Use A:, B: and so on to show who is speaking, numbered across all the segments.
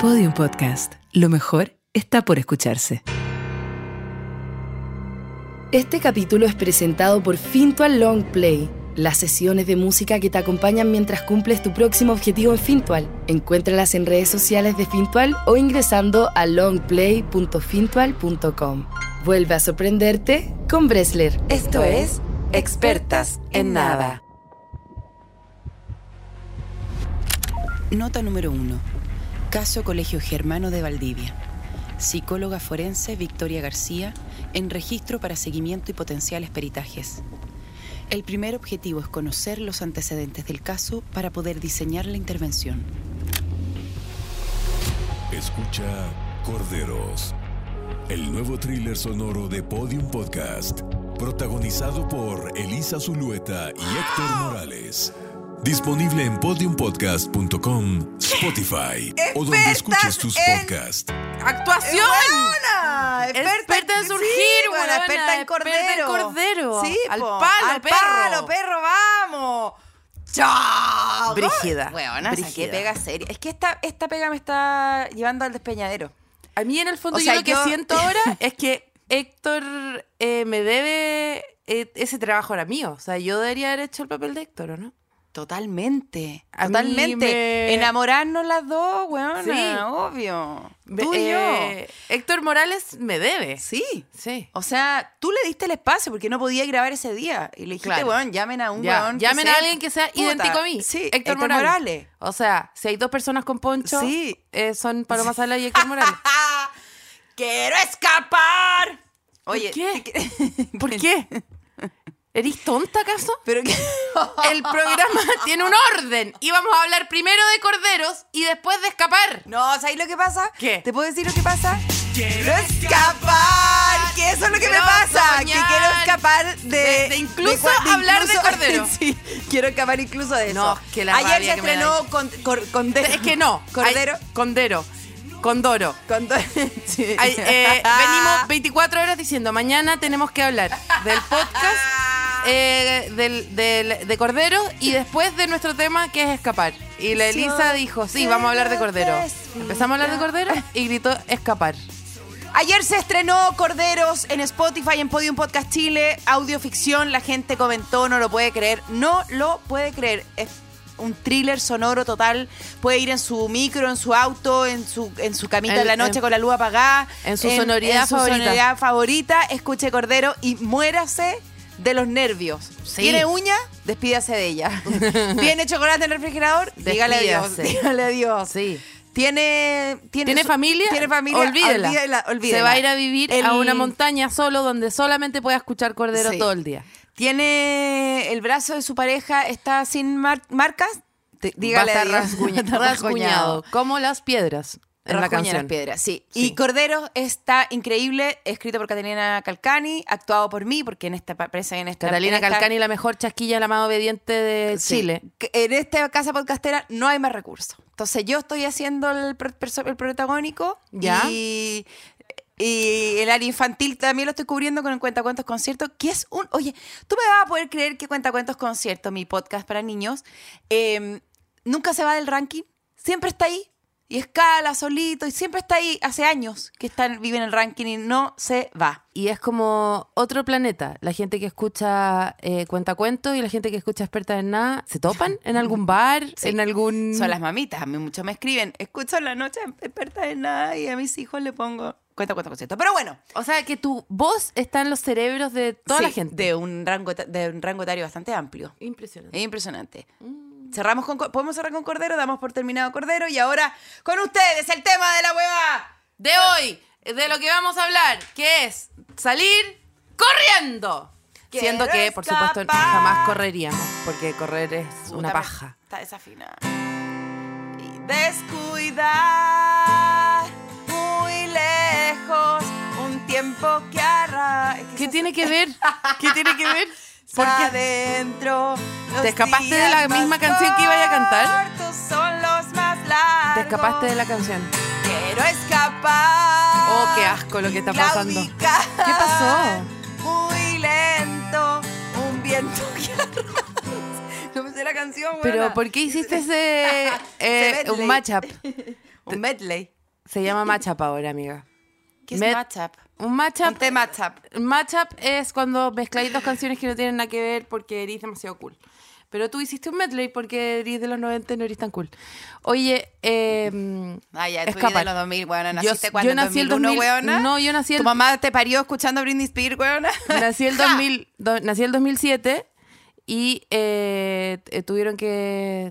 A: Podium Podcast. Lo mejor está por escucharse.
B: Este capítulo es presentado por Fintual Long Play, las sesiones de música que te acompañan mientras cumples tu próximo objetivo en Fintual. Encuéntralas en redes sociales de Fintual o ingresando a longplay.fintual.com. Vuelve a sorprenderte con Bresler.
C: Esto es Expertas en Nada.
D: Nota número 1. Caso Colegio Germano de Valdivia. Psicóloga forense Victoria García en registro para seguimiento y potenciales peritajes. El primer objetivo es conocer los antecedentes del caso para poder diseñar la intervención.
E: Escucha Corderos, el nuevo thriller sonoro de Podium Podcast, protagonizado por Elisa Zulueta y Héctor Morales. Disponible en podiumpodcast.com, Spotify o donde escuches tus
C: en-
E: podcasts.
F: ¡Actuación!
C: Eh, ¡Buena!
F: Experta en surgir,
C: sí,
F: huevona,
C: buena, experta en
F: experta
C: cordero.
F: en cordero.
C: Sí,
F: Al
C: po.
F: palo,
C: al
F: perro.
C: palo, perro, vamos. ¡Chao!
F: Brígida,
C: Bueno, qué
F: brígida.
C: pega seria. Es que esta, esta pega me está llevando al despeñadero.
F: A mí en el fondo
C: O
F: yo
C: sea,
F: lo que
C: yo-
F: siento ahora es que Héctor eh, me debe eh, ese trabajo ahora mío. O sea, yo debería haber hecho el papel de Héctor, ¿o no?
C: Totalmente.
F: A mí
C: totalmente.
F: me-
C: Enamorarnos las dos, weona.
F: Sí.
C: Obvio.
F: Ve-
C: Tú y yo.
F: eh, Héctor Morales me debe.
C: Sí.
F: Sí.
C: O sea, tú le diste el espacio porque no podía grabar ese día. Y le dijiste,
F: Claro.
C: weón, llamen a un
F: Ya,
C: weón. que
F: Llamen
C: sea-
F: a alguien que sea
C: Puta,
F: idéntico a mí.
C: sí,
F: Héctor,
C: Héctor
F: Morales.
C: Morales.
F: O sea, si hay dos personas con poncho,
C: Sí.
F: eh, son Paloma Sala y Héctor Morales.
C: ¡Ah! ¡Quiero escapar! Oye,
F: qué?
C: te que-
F: ¿Por qué? ¿Eres tonta acaso?
C: pero que-
F: El programa tiene un orden. Y vamos a hablar primero de corderos y después de escapar.
C: No, ¿sabes lo que pasa?
F: ¿Qué?
C: ¿Te puedo decir lo que pasa? ¡Quiero escapar! Que eso es lo que me
F: Quiero
C: pasa. Que
F: soñar.
C: quiero escapar de.
F: De- de incluso
C: cua-
F: hablar de cordero.
C: sí, quiero escapar incluso de eso.
F: No, que la
C: Ayer
F: rabia
C: se
F: que me
C: estrenó con, cor- Condero.
F: Es que no.
C: Cordero.
F: Ay, condero. Condoro.
C: Condo- sí.
F: Ay, eh, venimos 24 horas diciendo, mañana tenemos que hablar del podcast, eh, del- del- de Cordero y después de nuestro tema que es escapar. Y la Elisa dijo, sí, vamos a hablar de Cordero. Empezamos a hablar de Cordero y gritó escapar.
C: Ayer se estrenó Corderos en Spotify, en Podium Podcast Chile, audioficción, la gente comentó, no lo puede creer, no lo puede creer. Es un thriller sonoro total, puede ir en su micro, en su auto, en su, en su camita
F: En-
C: de la noche
F: en-
C: con la luz apagada.
F: eh, en su sonoridad
C: en su
F: favorita.
C: sonoridad favorita, escuche Cordero y muérase de los nervios.
F: Sí.
C: ¿Tiene uña? Despídase de ella. ¿Tiene chocolate en el refrigerador? Dígale adiós.
F: Despídase.
C: Dígale adiós.
F: Sí.
C: ¿Tiene, tiene,
F: ¿Tiene
C: su-
F: familia?
C: ¿Tiene familia?
F: Olvídela.
C: Olvídela, olvídela.
F: Se va a ir a vivir a
C: El-
F: una montaña solo donde solamente pueda escuchar Cordero
C: Sí.
F: todo el día.
C: ¿Tiene el brazo de su pareja? ¿Está sin mar- marcas? Te- dígale
F: Va a estar
C: adiós.
F: rasguña-
C: Está
F: rasguñado, como las piedras en la
C: Rasguña las
F: canción.
C: piedras, sí.
F: Sí.
C: Y Cordero está increíble, escrito por Catalina Calcani, actuado por mí, porque en esta parece en esta.
F: Catalina
C: en esta-
F: Calcani, la mejor chasquilla, la más obediente de
C: Sí.
F: Chile.
C: Que En esta casa podcastera no hay más recursos. Entonces yo estoy haciendo el, pro- perso- el protagónico
F: Ya.
C: y, y el área infantil también lo estoy cubriendo con el Cuentacuentos Concierto, que es un... Oye, tú me vas a poder creer que Cuentacuentos Concierto, mi podcast para niños, eh, nunca se va del ranking, siempre está ahí. Y escala solito, y siempre está ahí. Hace años que están, vive en el ranking y no se va.
F: Y es como otro planeta. La gente que escucha eh, cuentacuentos y la gente que escucha experta en nada, ¿se topan en algún bar?
C: Sí.
F: ¿En algún...?
C: Son las mamitas, a mí muchos me escriben, escucho en la noche experta de nada y a mis hijos le pongo cuenta, cuenta, concierto. Pero bueno,
F: O sea, que tu voz está en los cerebros de Eh, toda
C: Sí,
F: la gente.
C: De un rango, eta- de un rango etario bastante amplio.
F: Impresionante.
C: Es impresionante.
F: Mm.
C: Cerramos con, co- podemos cerrar con Cordero, damos por terminado Cordero y ahora con ustedes el tema de la hueva.
F: De hoy, de lo que vamos a hablar, que es salir corriendo.
C: Quiero
F: Siendo que, por supuesto,
C: escapar.
F: jamás correríamos, porque correr es
C: Puta,
F: una
C: me-
F: paja.
C: Está desafinada. Y descuidar muy lejos un tiempo que arra... es que
F: ¿Qué
C: se-
F: tiene que ver? ¿Qué tiene que ver? Porque
C: adentro. los
F: ¿Te escapaste de la
C: días más
F: misma canción que ibas a cantar?
C: cortos Son los más largos.
F: te escapaste de la canción.
C: Quiero escapar.
F: Oh, qué asco lo que está pasando. ¿Qué
C: Claudicar.
F: pasó?
C: Muy lento, un viento que arrastra. No me sé la canción,
F: Pero
C: weona.
F: ¿por qué hiciste ese eh,
C: medley.
F: un matchup?
C: Un medley.
F: Se llama matchup ahora, amiga.
C: ¿Qué es
F: Med-
C: matchup?
F: Un
C: Un
F: matchup.
C: té matchup.
F: Un matchup es cuando mezcláis dos canciones que no tienen nada que ver porque eres demasiado cool. Pero tú hiciste un medley porque eres de los 90 y no eres tan cool. Oye, eh,
C: Ah, ya, tú
F: Escapar.
C: de los 2000, weona.
F: Yo-
C: ¿Naciste
F: yo
C: cuando? ¿En
F: nací el
C: 2001,
F: 2000.
C: weona?
F: No, yo nací el-
C: ¿Tu mamá te parió escuchando Britney Spears, weona?
F: nací el 2000, do- nací el 2007 y eh, eh, tuvieron que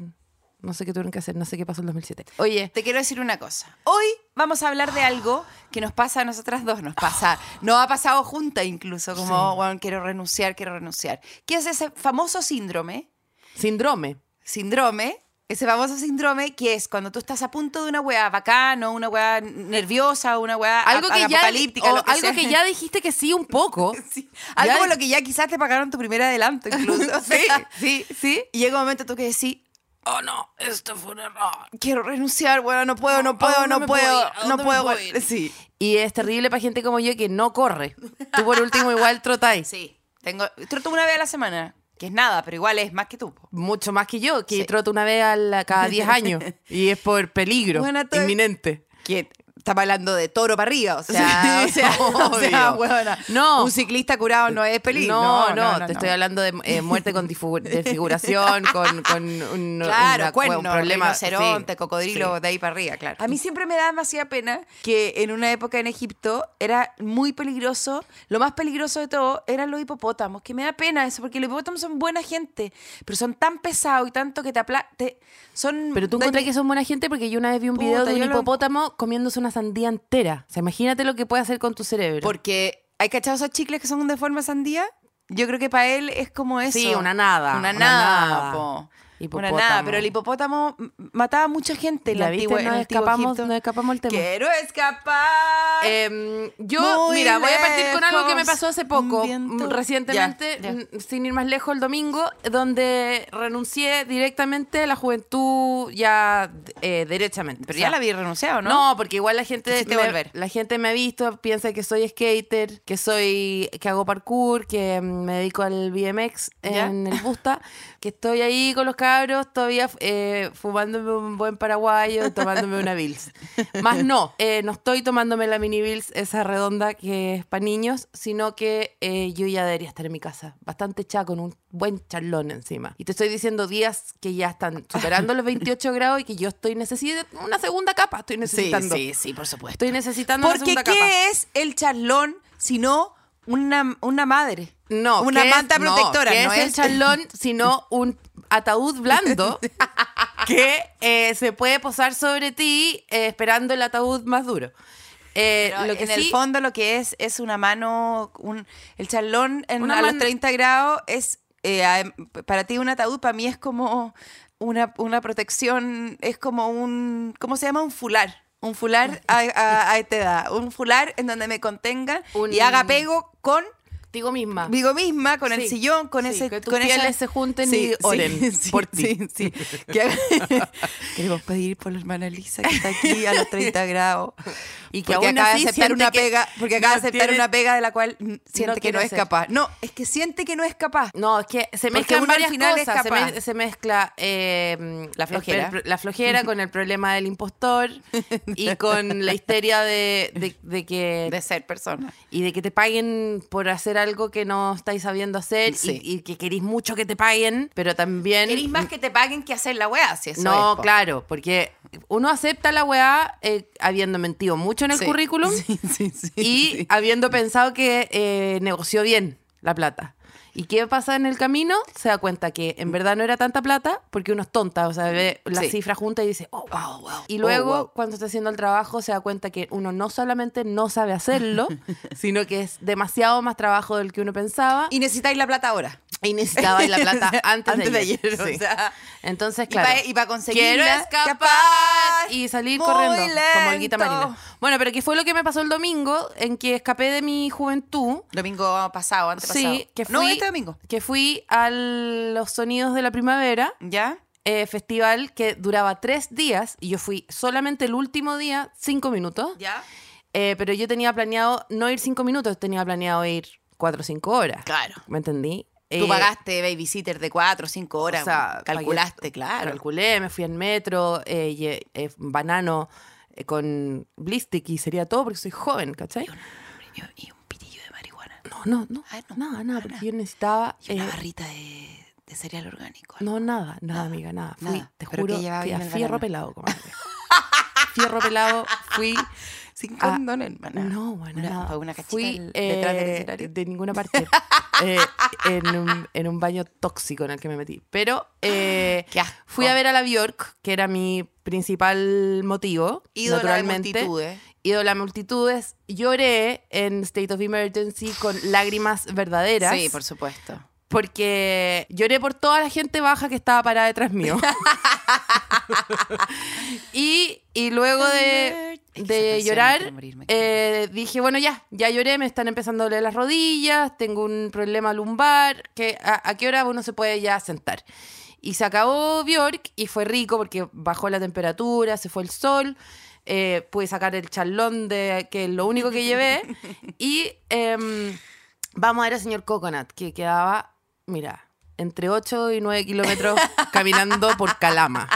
F: no sé qué tuvieron que hacer, no sé qué pasó en el 2007. Oye,
C: Te quiero decir una cosa. Hoy vamos a hablar de algo que nos pasa a nosotras dos, nos pasa, nos ha pasado junta incluso, como, "Weón, quiero renunciar, quiero renunciar. ¿Qué es ese famoso síndrome?
F: síndrome.
C: Síndrome, ese famoso síndrome que es cuando tú estás a punto de una weá bacano, una weá nerviosa, una weá
F: Algo
C: ap-
F: que ya
C: apocalíptica,
F: o
C: lo que
F: algo
C: sea.
F: que ya dijiste que sí un poco.
C: Sí.
F: Ya
C: Algo
F: de-
C: por lo que ya quizás te pagaron tu primer adelanto incluso.
F: sí, sí, sí.
C: Y llega un momento tú que decís,
F: Oh no, esto fue un error.
C: quiero renunciar, bueno, no puedo, no puedo,
F: dónde
C: no
F: me
C: puedo,
F: voy? ¿A dónde
C: no
F: me
C: puedo.
F: voy?
C: bueno, Sí.
F: Y es terrible para gente como yo que no corre. Tú por último igual trotáis.
C: Sí. Tengo, troto una vez a la semana, que es nada, pero igual es más que tú. po.
F: Mucho más que yo, que
C: Sí.
F: troto una vez a la- cada 10 años. Y es por peligro
C: Bueno, tú-
F: inminente.
C: Que estaba hablando de toro para arriba, o sea, o sea, o sea,
F: obvio.
C: huevona,
F: No.
C: un ciclista curado no es peligro.
F: No, no, te estoy hablando de eh, muerte con difu- desfiguración, con, con un,
C: Claro,
F: una-
C: cuerno,
F: un problema.
C: rinoceronte,
F: sí,
C: cocodrilo,
F: sí.
C: de ahí para arriba, claro. A mí siempre me da demasiada pena que en una época en Egipto era muy peligroso, lo más peligroso de todo eran los hipopótamos, que me da pena eso, porque los hipopótamos son buena gente, pero son tan pesados y tanto que te, apla te- son...
F: Pero tú encontrás que son buena gente porque yo una vez vi un video
C: Puta,
F: de un
C: yo lo-
F: hipopótamo comiéndose una sandía entera. O sea, imagínate lo que puede hacer con tu cerebro.
C: Porque, ¿hay cachado esos chicles que son de forma sandía? Yo creo que para él es como eso.
F: Sí, una nada,
C: Una,
F: una
C: nada,
F: nada.
C: po. Una
F: Hipopótamo.
C: nada, pero el hipopótamo m- mataba a mucha gente en la
F: Ya viste,
C: antigua, en
F: nos
C: el antiguo
F: escapamos,
C: Egipto.
F: nos escapamos el tema.
C: Quiero escapar.
F: Em, yo,
C: Muy
F: mira, voy a partir con algo que me
C: lejos,
F: pasó hace
C: un
F: poco,
C: viento.
F: mm, recientemente,
C: Ya, ya.
F: mm, sin ir más lejos, el domingo, donde renuncié directamente a la juventud ya eh, derechamente.
C: pero
F: O
C: ya
F: sea,
C: la había renunciado, ¿no?
F: No, porque igual la gente
C: Quisiste
F: me,
C: volver.
F: la gente me ha visto, piensa que soy skater, que soy que hago parkour, que mm, me dedico al BMX
C: ¿Ya?
F: en el Busta, que estoy ahí con los cabros todavía eh, fumándome un buen paraguayo, tomándome una Bills. Más no, eh, no estoy tomándome la mini Bills esa redonda que es para niños, sino que eh, yo ya debería estar en mi casa, bastante echada con un buen charlón encima. Y te estoy diciendo días que ya están superando los 28 grados y que yo estoy necesitando una segunda capa, estoy
C: sí,
F: necesitando.
C: sí, sí, por supuesto.
F: Estoy necesitando una
C: Porque
F: segunda
C: ¿qué
F: capa.
C: es el charlón sino una, una madre?
F: No,
C: Una
F: ¿qué
C: manta
F: es? No,
C: protectora,
F: ¿qué
C: no
F: es el
C: es-
F: charlón, sino un ataúd blando que eh, se puede posar sobre ti eh, esperando el ataúd más duro. Eh,
C: Pero
F: lo que
C: en
F: sí,
C: el fondo lo que es es una mano, un, el charlón en,
F: Una
C: a los
F: mano-
C: 30 grados es, eh, a- para ti un ataúd, para mí es como una, una protección, es como un, ¿cómo se llama? Un fular. Un fular a, a- a esta edad. Un fular en donde me contenga
F: Un-
C: y haga apego con
F: digo misma.
C: Digo misma, con el
F: Sí,
C: sillón, con
F: sí,
C: ese.
F: que tus
C: con esa-
F: pieles se junten y oren por ti.
C: Sí, sí. Que- Queremos pedir por la hermana Lisa que está aquí a los 30 grados.
F: Y que
C: porque
F: aún
C: acaba de
F: así
C: aceptar
F: siente
C: una
F: que
C: pega, porque acaba de
F: no
C: aceptar
F: tiene-
C: una pega de la cual mm, siente que
F: quiere
C: no es
F: hacer.
C: capaz. No, es que siente que no es capaz.
F: No, es que se
C: Porque
F: mezclan
C: uno al
F: varias
C: final es
F: cosas. Se,
C: capaz.
F: me- se mezcla eh,
C: La flojera.
F: el per- la flojera con el problema del impostor y con la histeria de, de- de que
C: De ser persona.
F: y de que te paguen por hacer algo que no estáis sabiendo hacer y-
C: Sí.
F: y, que querís mucho que te paguen, pero también
C: Querís más que te paguen que hacer la weá, si eso
F: no,
C: es, po.
F: claro, porque uno acepta la weá eh, habiendo mentido mucho en el
C: Sí.
F: currículum
C: Sí, sí, sí,
F: y
C: sí.
F: habiendo pensado que eh, negoció bien la plata. ¿Y qué pasa en el camino? Se da cuenta que en verdad no era tanta plata porque uno es tonta, o sea, ve las
C: Sí.
F: cifras juntas y dice, oh, wow, wow. Y
C: Oh,
F: luego,
C: wow.
F: cuando está haciendo el trabajo, se da cuenta que uno no solamente no sabe hacerlo, sino que es demasiado más trabajo del que uno pensaba
C: Y necesitáis la plata ahora.
F: y necesitaba la plata antes,
C: Antes
F: de ayer.
C: o
F: Sí.
C: sea,
F: Entonces,
C: y pa- e,
F: claro.
C: y pa conseguirla,
F: Quiero escapar
C: capaz,
F: y salir
C: muy
F: corriendo. Como Olguita
C: lento.
F: Marina. Bueno, pero que fue lo que me pasó el domingo en que escapé de mi juventud.
C: Domingo pasado, antepasado.
F: Sí, que fui,
C: No, este domingo.
F: Que fui a los sonidos de la primavera,
C: ¿Ya?
F: eh, festival que duraba tres días y yo fui solamente el último día, cinco minutos.
C: ¿Ya?
F: Eh, pero yo tenía planeado no ir cinco minutos, tenía planeado ir cuatro o cinco horas.
C: Claro.
F: ¿Me entendí?
C: Tú
F: Eh,
C: pagaste babysitter de 4 o 5 horas.
F: o sea,
C: calculaste,
F: pagué-
C: claro.
F: Calculé, me fui en metro, eh, lle- eh, banano, eh, con Blistic y sería todo porque soy joven, ¿cachai?
D: Y un pitillo de marihuana.
F: No, no, no.
D: Ah, no,
F: nada, nada, porque
D: nada.
F: yo necesitaba.
D: Y una
F: eh,
D: barrita de, de cereal orgánico.
F: no, nada, nada, amiga, nada. Fui,
D: nada.
F: te
D: Pero
F: juro
D: que llevaba
F: que
D: bien
F: a
D: el banano.
F: fierro pelado, comadre. fierro pelado, fui.
C: Sin
F: Ah,
C: condón, hermana.
F: No, bueno,
D: Una-
F: nada.
D: pa' una cachita
F: Fui
D: del- detrás del
F: eh,
D: escenario.
F: de ninguna parte. Eh, en, un, en un baño tóxico en el que me metí. Pero eh,
C: Qué asco.
F: fui a ver a la Bjork, que era mi principal motivo,
C: Ídola de ¿eh?
F: naturalmente.
C: multitudes.
F: Ídola de multitudes. Lloré en State of Emergency con lágrimas verdaderas.
C: Sí, por supuesto.
F: Porque lloré por toda la gente baja que estaba parada detrás mío. y, y luego de,
D: Es que
F: de
D: esa canción me quiero
F: llorar,
D: morir, me quiero
F: eh, dije, bueno, ya, ya lloré, me están empezando a doler las rodillas, tengo un problema lumbar, que a, a qué hora uno se puede ya sentar? Y se acabó Bjork y fue rico porque bajó la temperatura, se fue el sol, eh, pude sacar el charlón, de, que es lo único que llevé. y em, vamos a ver al señor Coconut, que quedaba, mira, entre 8 y 9 kilómetros caminando por Calama.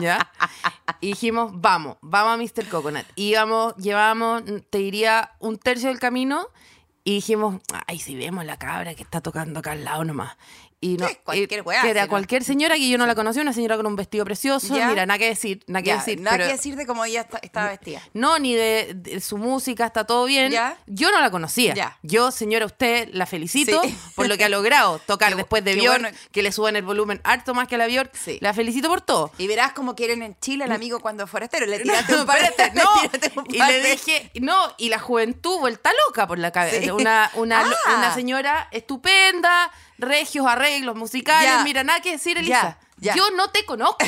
F: ¿Ya? Y dijimos, vamos, vamos a Mr. Coconut. Íbamos, llevábamos, mm, te diría, un tercio del camino y dijimos, ay, si vemos la cabra que está tocando acá al lado nomás. Y no,
C: Sí, cualquier
F: y-
C: weá,
F: que
C: si
F: era
C: no-
F: cualquier señora que yo no la conocía, una señora con un vestido precioso.
C: Ya.
F: Mira, nada que decir, nada que
C: Ya,
F: decir.
C: nada
F: pero-
C: que decir de cómo ella está- estaba vestida.
F: no, ni de, de su música, está todo bien.
C: Ya.
F: Yo no la conocía.
C: Ya.
F: Yo, señora, usted la felicito
C: Sí.
F: por lo que ha logrado tocar
C: Qué bu-
F: después de
C: qué
F: Bjork,
C: bueno.
F: que le suban el volumen harto más que a la Bjork.
C: Sí.
F: La felicito por todo.
C: Y verás cómo quieren en Chile al amigo cuando es forastero. Le tiraste un par
F: Espérate,
C: de...
F: no.
C: le tiraste un
F: Y
C: par
F: le
C: de-
F: dije, no, y la juventud vuelta loca por la cabeza.
C: Sí.
F: Una, una, lo-
C: Ah.
F: una señora estupenda, regios arreglos musicales.
C: Ya.
F: Mira, nada que decir, Elisa.
C: Ya, ya.
F: Yo no te conozco.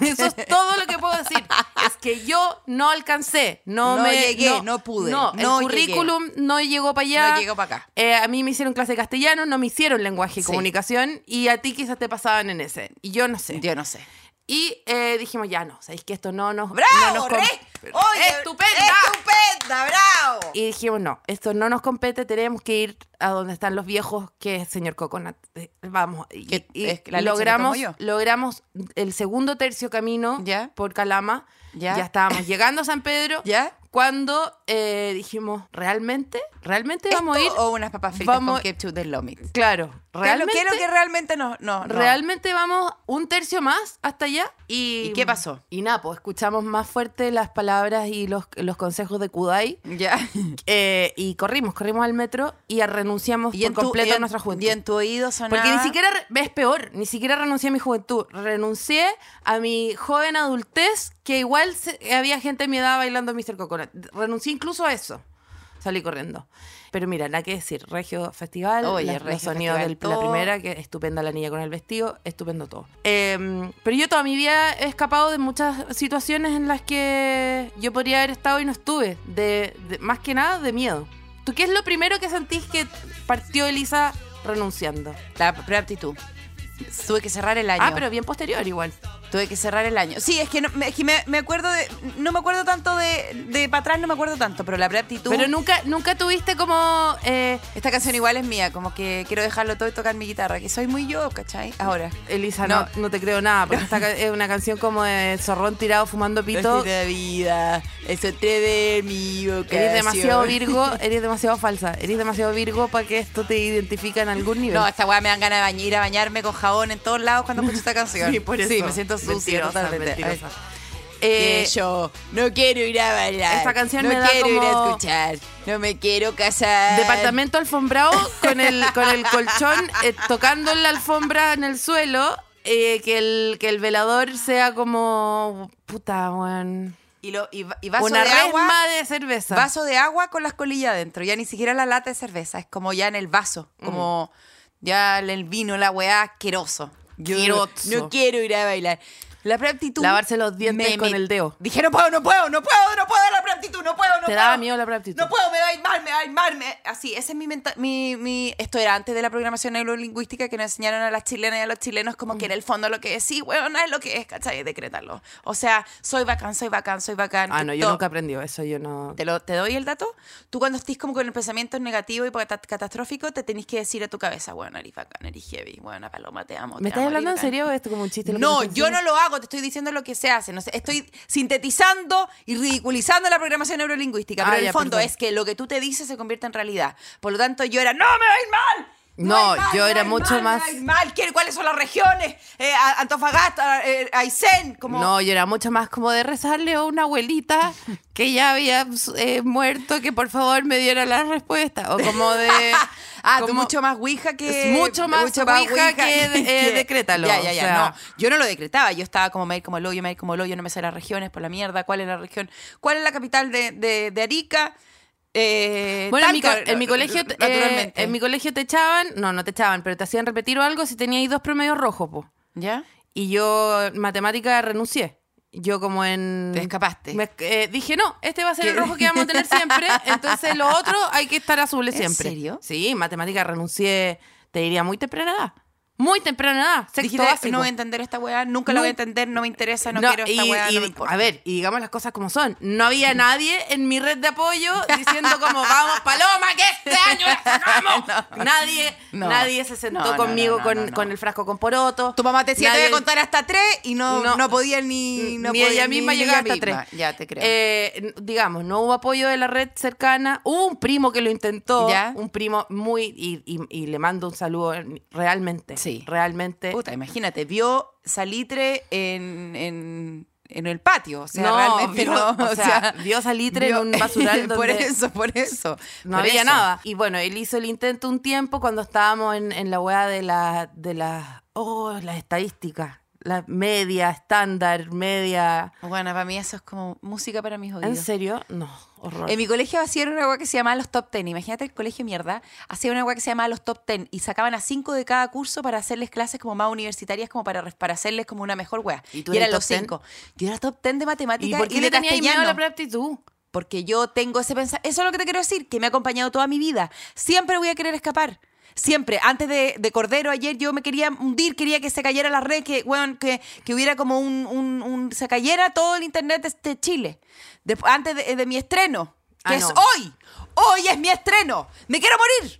F: Eso es todo lo que puedo decir. Es que yo no alcancé. No,
C: No
F: me,
C: llegué, no pude,
F: No,
C: no
F: el
C: llegué.
F: currículum no llegó para allá.
C: No llegó pa' acá.
F: Eh, a mí me hicieron clase de castellano, no me hicieron lenguaje y
C: Sí.
F: comunicación. Y a ti quizás te pasaban en ese. Y yo no sé.
C: Yo no sé.
F: Y eh, dijimos, ya no, sabéis que esto no nos. no
C: ¡Bravo!
F: nos com-
C: re- oye,
F: ¡Estupenda!
C: ¡Estupenda! ¡Bravo!
F: Y dijimos, no, esto no nos compete, tenemos que ir a donde están los viejos, que es señor Coconut. Eh, Vamos. Y,
C: Que
F: y
C: es la leche que
F: logramos,
C: tomo yo.
F: logramos el segundo tercio camino
C: Ya.
F: por Calama.
C: Ya.
F: estábamos llegando a San Pedro.
C: ¿Ya?
F: Cuando eh, dijimos, ¿realmente? ¿Realmente vamos a ir?
C: ¿Esto o unas papas fritas
F: Vamos-
C: con ketchup del Lomit?
F: Claro,
C: ¿Realmente?
F: ¿realmente?
C: ¿Qué es lo que realmente mm, no, no, no?
F: Realmente vamos un tercio más hasta allá. ¿Y,
C: ¿Y qué pasó?
F: Y nada, pues escuchamos más fuerte las palabras y los, los consejos de Kudai
C: Ya.
F: eh, y corrimos, corrimos al metro y renunciamos por
C: en tu-
F: completo
C: y
F: a nuestra juventud.
C: Y en tu oído sonaba...
F: Porque ni siquiera, re- ves peor, ni siquiera renuncié a mi juventud, renuncié a mi joven adultez, que igual se- había gente de mi edad bailando Mr. Coconut. Renuncié incluso a eso. Salí corriendo. Pero mira, nada que decir, Regio Festival,
C: Oye,
F: la- los
C: Regio
F: sonidos
C: Festival,
F: de la
C: todo.
F: primera, que estupenda la niña con el vestido, estupendo todo. Eh, pero yo toda mi vida he escapado de muchas situaciones en las que yo podría haber estado y no estuve, de- de, más que nada de miedo. ¿Tú qué es lo primero que sentís que partió Elisa renunciando?
C: La preaptitud. Tuve que cerrar el año.
F: Ah, pero bien posterior igual.
C: Tuve que cerrar el año. Sí, es que, no, me- es que me, me acuerdo de... No me acuerdo tanto de... De para atrás no me acuerdo tanto, pero la preaptitud...
F: Pero nunca, nunca tuviste como eh,
C: Esta canción igual es mía, como que quiero dejarlo todo y tocar mi guitarra, que soy muy yo, ¿cachai? Ahora.
F: Elisa, no,
C: No.
F: no te creo nada, porque esta ca- es una canción como de zorrón tirado fumando pito.
C: de vida, eso de mi
F: Eres demasiado Virgo, eres demasiado falsa, eres demasiado Virgo para que esto te identifique en algún nivel.
C: No, esta weá me dan ganas de bañar, ir a bañarme con jabón en todos lados cuando escucho esta canción.
F: Sí, por eso.
C: Sí, me siento sucia
F: Mentirosa,
C: totalmente.
F: mentirosa.
C: Ay,
F: Eh,
C: que yo no quiero ir a bailar.
F: esta canción
C: no
F: me da
C: quiero ir a
F: como-
C: escuchar. No me quiero casar.
F: departamento alfombrado
C: eh.
F: con el, con el colchón eh, tocando la alfombra en el suelo, eh, que, el, que el velador sea como, puta, weón,
C: Y, lo, y, va- y vaso de
F: una resma
C: agua.
F: de cerveza.
C: Vaso de agua con las colillas adentro. Ya ni siquiera la lata de cerveza. Es como ya en el vaso. Como ya en el vino, la weá, asqueroso. Yo
F: Asqueroso.
C: no quiero ir a bailar. La preaptitud.
F: Lavarse los dientes
C: me
F: con
C: met-
F: el dedo.
C: Dije, no puedo, no puedo, no puedo, no puedo la preaptitud, no puedo, no
F: Te
C: puedo.
F: daba miedo la preaptitud.
C: No puedo, me va a ir mal, armarme, armarme. Así, ese es mi, menta- mi, mi- Esto era antes de la programación neurolingüística que nos enseñaron a las chilenas y a los chilenos como que en el fondo lo que es, sí, weón, es lo que es, ¿cachai? Decrétalo. O sea, soy bacán, soy bacán, soy bacán.
F: Ah, no, yo
C: TikTok.
F: nunca aprendí eso, yo no.
C: ¿Te, lo, ¿Te doy el dato? Tú cuando estés como con el pensamiento negativo y cata- catastrófico, te tenés que decir a tu cabeza, bueno, eres bacán, eres heavy, buena paloma, te amo.
F: ¿Me
C: te
F: estás
C: amo,
F: hablando en
C: eres bacán".
F: serio o esto como un chiste?
C: No, yo no lo hago, te estoy diciendo lo que se hace. No sé, estoy sintetizando y ridiculizando la programación neurolingüística.
F: Ah,
C: pero en
F: ya,
C: el fondo
F: perdón.
C: es que lo que tú te dices se convierte en realidad. Por lo tanto, yo era, ¡No, me va a ir mal!
F: No,
C: va a ir mal,
F: yo
C: me
F: era
C: va a ir mal, me
F: mucho
C: va a
F: más-
C: ir mal! ¿Quién- ¿Cuáles son las regiones? Eh, a- Antofagasta, eh, Aysén, como...
F: No, yo era mucho más como de rezarle a una abuelita que ya había eh, muerto que por favor me diera la respuesta. O como de.
C: Ah, tú
F: como-
C: mucho más ouija que...
F: Es mucho más ouija que, eh,
C: que-
F: decrétalo,
C: Ya, ya,
F: o
C: ya.
F: sea.
C: No, yo no lo decretaba. Yo estaba como, me voy a ir como el hoyo, me voy a ir como el hoyo, no me sé las regiones por la mierda. ¿Cuál es la región? ¿Cuál es la capital de, de, de Arica? Eh,
F: Bueno, en mi,
C: Talca,
F: co- en mi colegio, te- eh,
C: Naturalmente.
F: en mi colegio te echaban, no, no te echaban, pero te hacían repetir o algo si tenías dos promedios rojos, po.
C: ¿Ya?
F: Y yo en matemática renuncié. Yo como en...
C: Te escapaste.
F: Mm. me- eh, dije, no, este va a ser el rojo que vamos a tener siempre, entonces lo otro hay que estar azules
C: ¿En
F: siempre.
C: serio?
F: Sí, en matemática renuncié, te diría, muy temprana edad. Muy temprana edad, sexto
C: Dijiste,
F: básico.
C: no voy a entender esta weá, nunca la
F: No.
C: voy a entender, no me interesa, no,
F: No,
C: quiero esta
F: y-
C: weá,
F: y-
C: no me importa.
F: A ver, y digamos las cosas como son. No había nadie en mi red de apoyo diciendo como, vamos, Paloma, que este año la sacamos. nadie,
C: No.
F: nadie se sentó
C: No, no,
F: conmigo
C: no, no,
F: con,
C: no, no.
F: con el frasco con poroto.
C: Tu mamá te decía, te
F: Nadie-
C: voy a contar hasta tres y no,
F: No.
C: no, podía ni... No
F: ni
C: podía-
F: ella misma
C: ni
F: llegaba
C: ella
F: hasta tres.
C: misma. Ya, te creo.
F: Eh, n- digamos, no hubo apoyo de la red cercana. Hubo un primo que lo intentó.
C: Ya.
F: Un primo muy. Y, y- y le mando un saludo en- realmente.
C: Sí.
F: Realmente.
C: Puta, imagínate, vio salitre en, en, en el patio. O sea,
F: no,
C: realmente
F: vio-
C: no.
F: O sea, vio salitre
C: vio-
F: en un basural donde
C: por eso, por eso.
F: No
C: por
F: había
C: eso.
F: nada. Y bueno, él hizo el intento un tiempo cuando estábamos en, en la weá de las. De las oh, las estadísticas. La media, estándar, media.
C: Bueno, para mí eso es como música para mis
F: ¿En
C: oídos.
F: serio? No, horror.
C: En mi colegio hacían una agua que se llamaba los top ten. Imagínate el colegio mierda. Hacía una agua que se llamaba los top ten y sacaban a cinco de cada curso para hacerles clases como más universitarias, como para, res- para hacerles como una mejor wea.
F: ¿Y tú
C: eran
F: eras
C: los
F: top 10?
C: cinco. Yo era top ten de
F: ¿Y
C: matemáticas
F: por qué
C: y de
F: le tenías miedo a
C: castellano.
F: la preaptitud?
C: porque yo tengo ese pensamiento. Eso es lo que te quiero decir, que me ha acompañado toda mi vida. Siempre voy a querer escapar. Siempre. Antes de, de Cordero, ayer yo me quería hundir, quería que se cayera la red, que, weón, que, que hubiera como un, un- un- se cayera todo el internet de, de Chile. De- antes de, de mi estreno, que
F: Ah,
C: es
F: no.
C: hoy. Hoy es mi estreno. Me quiero morir.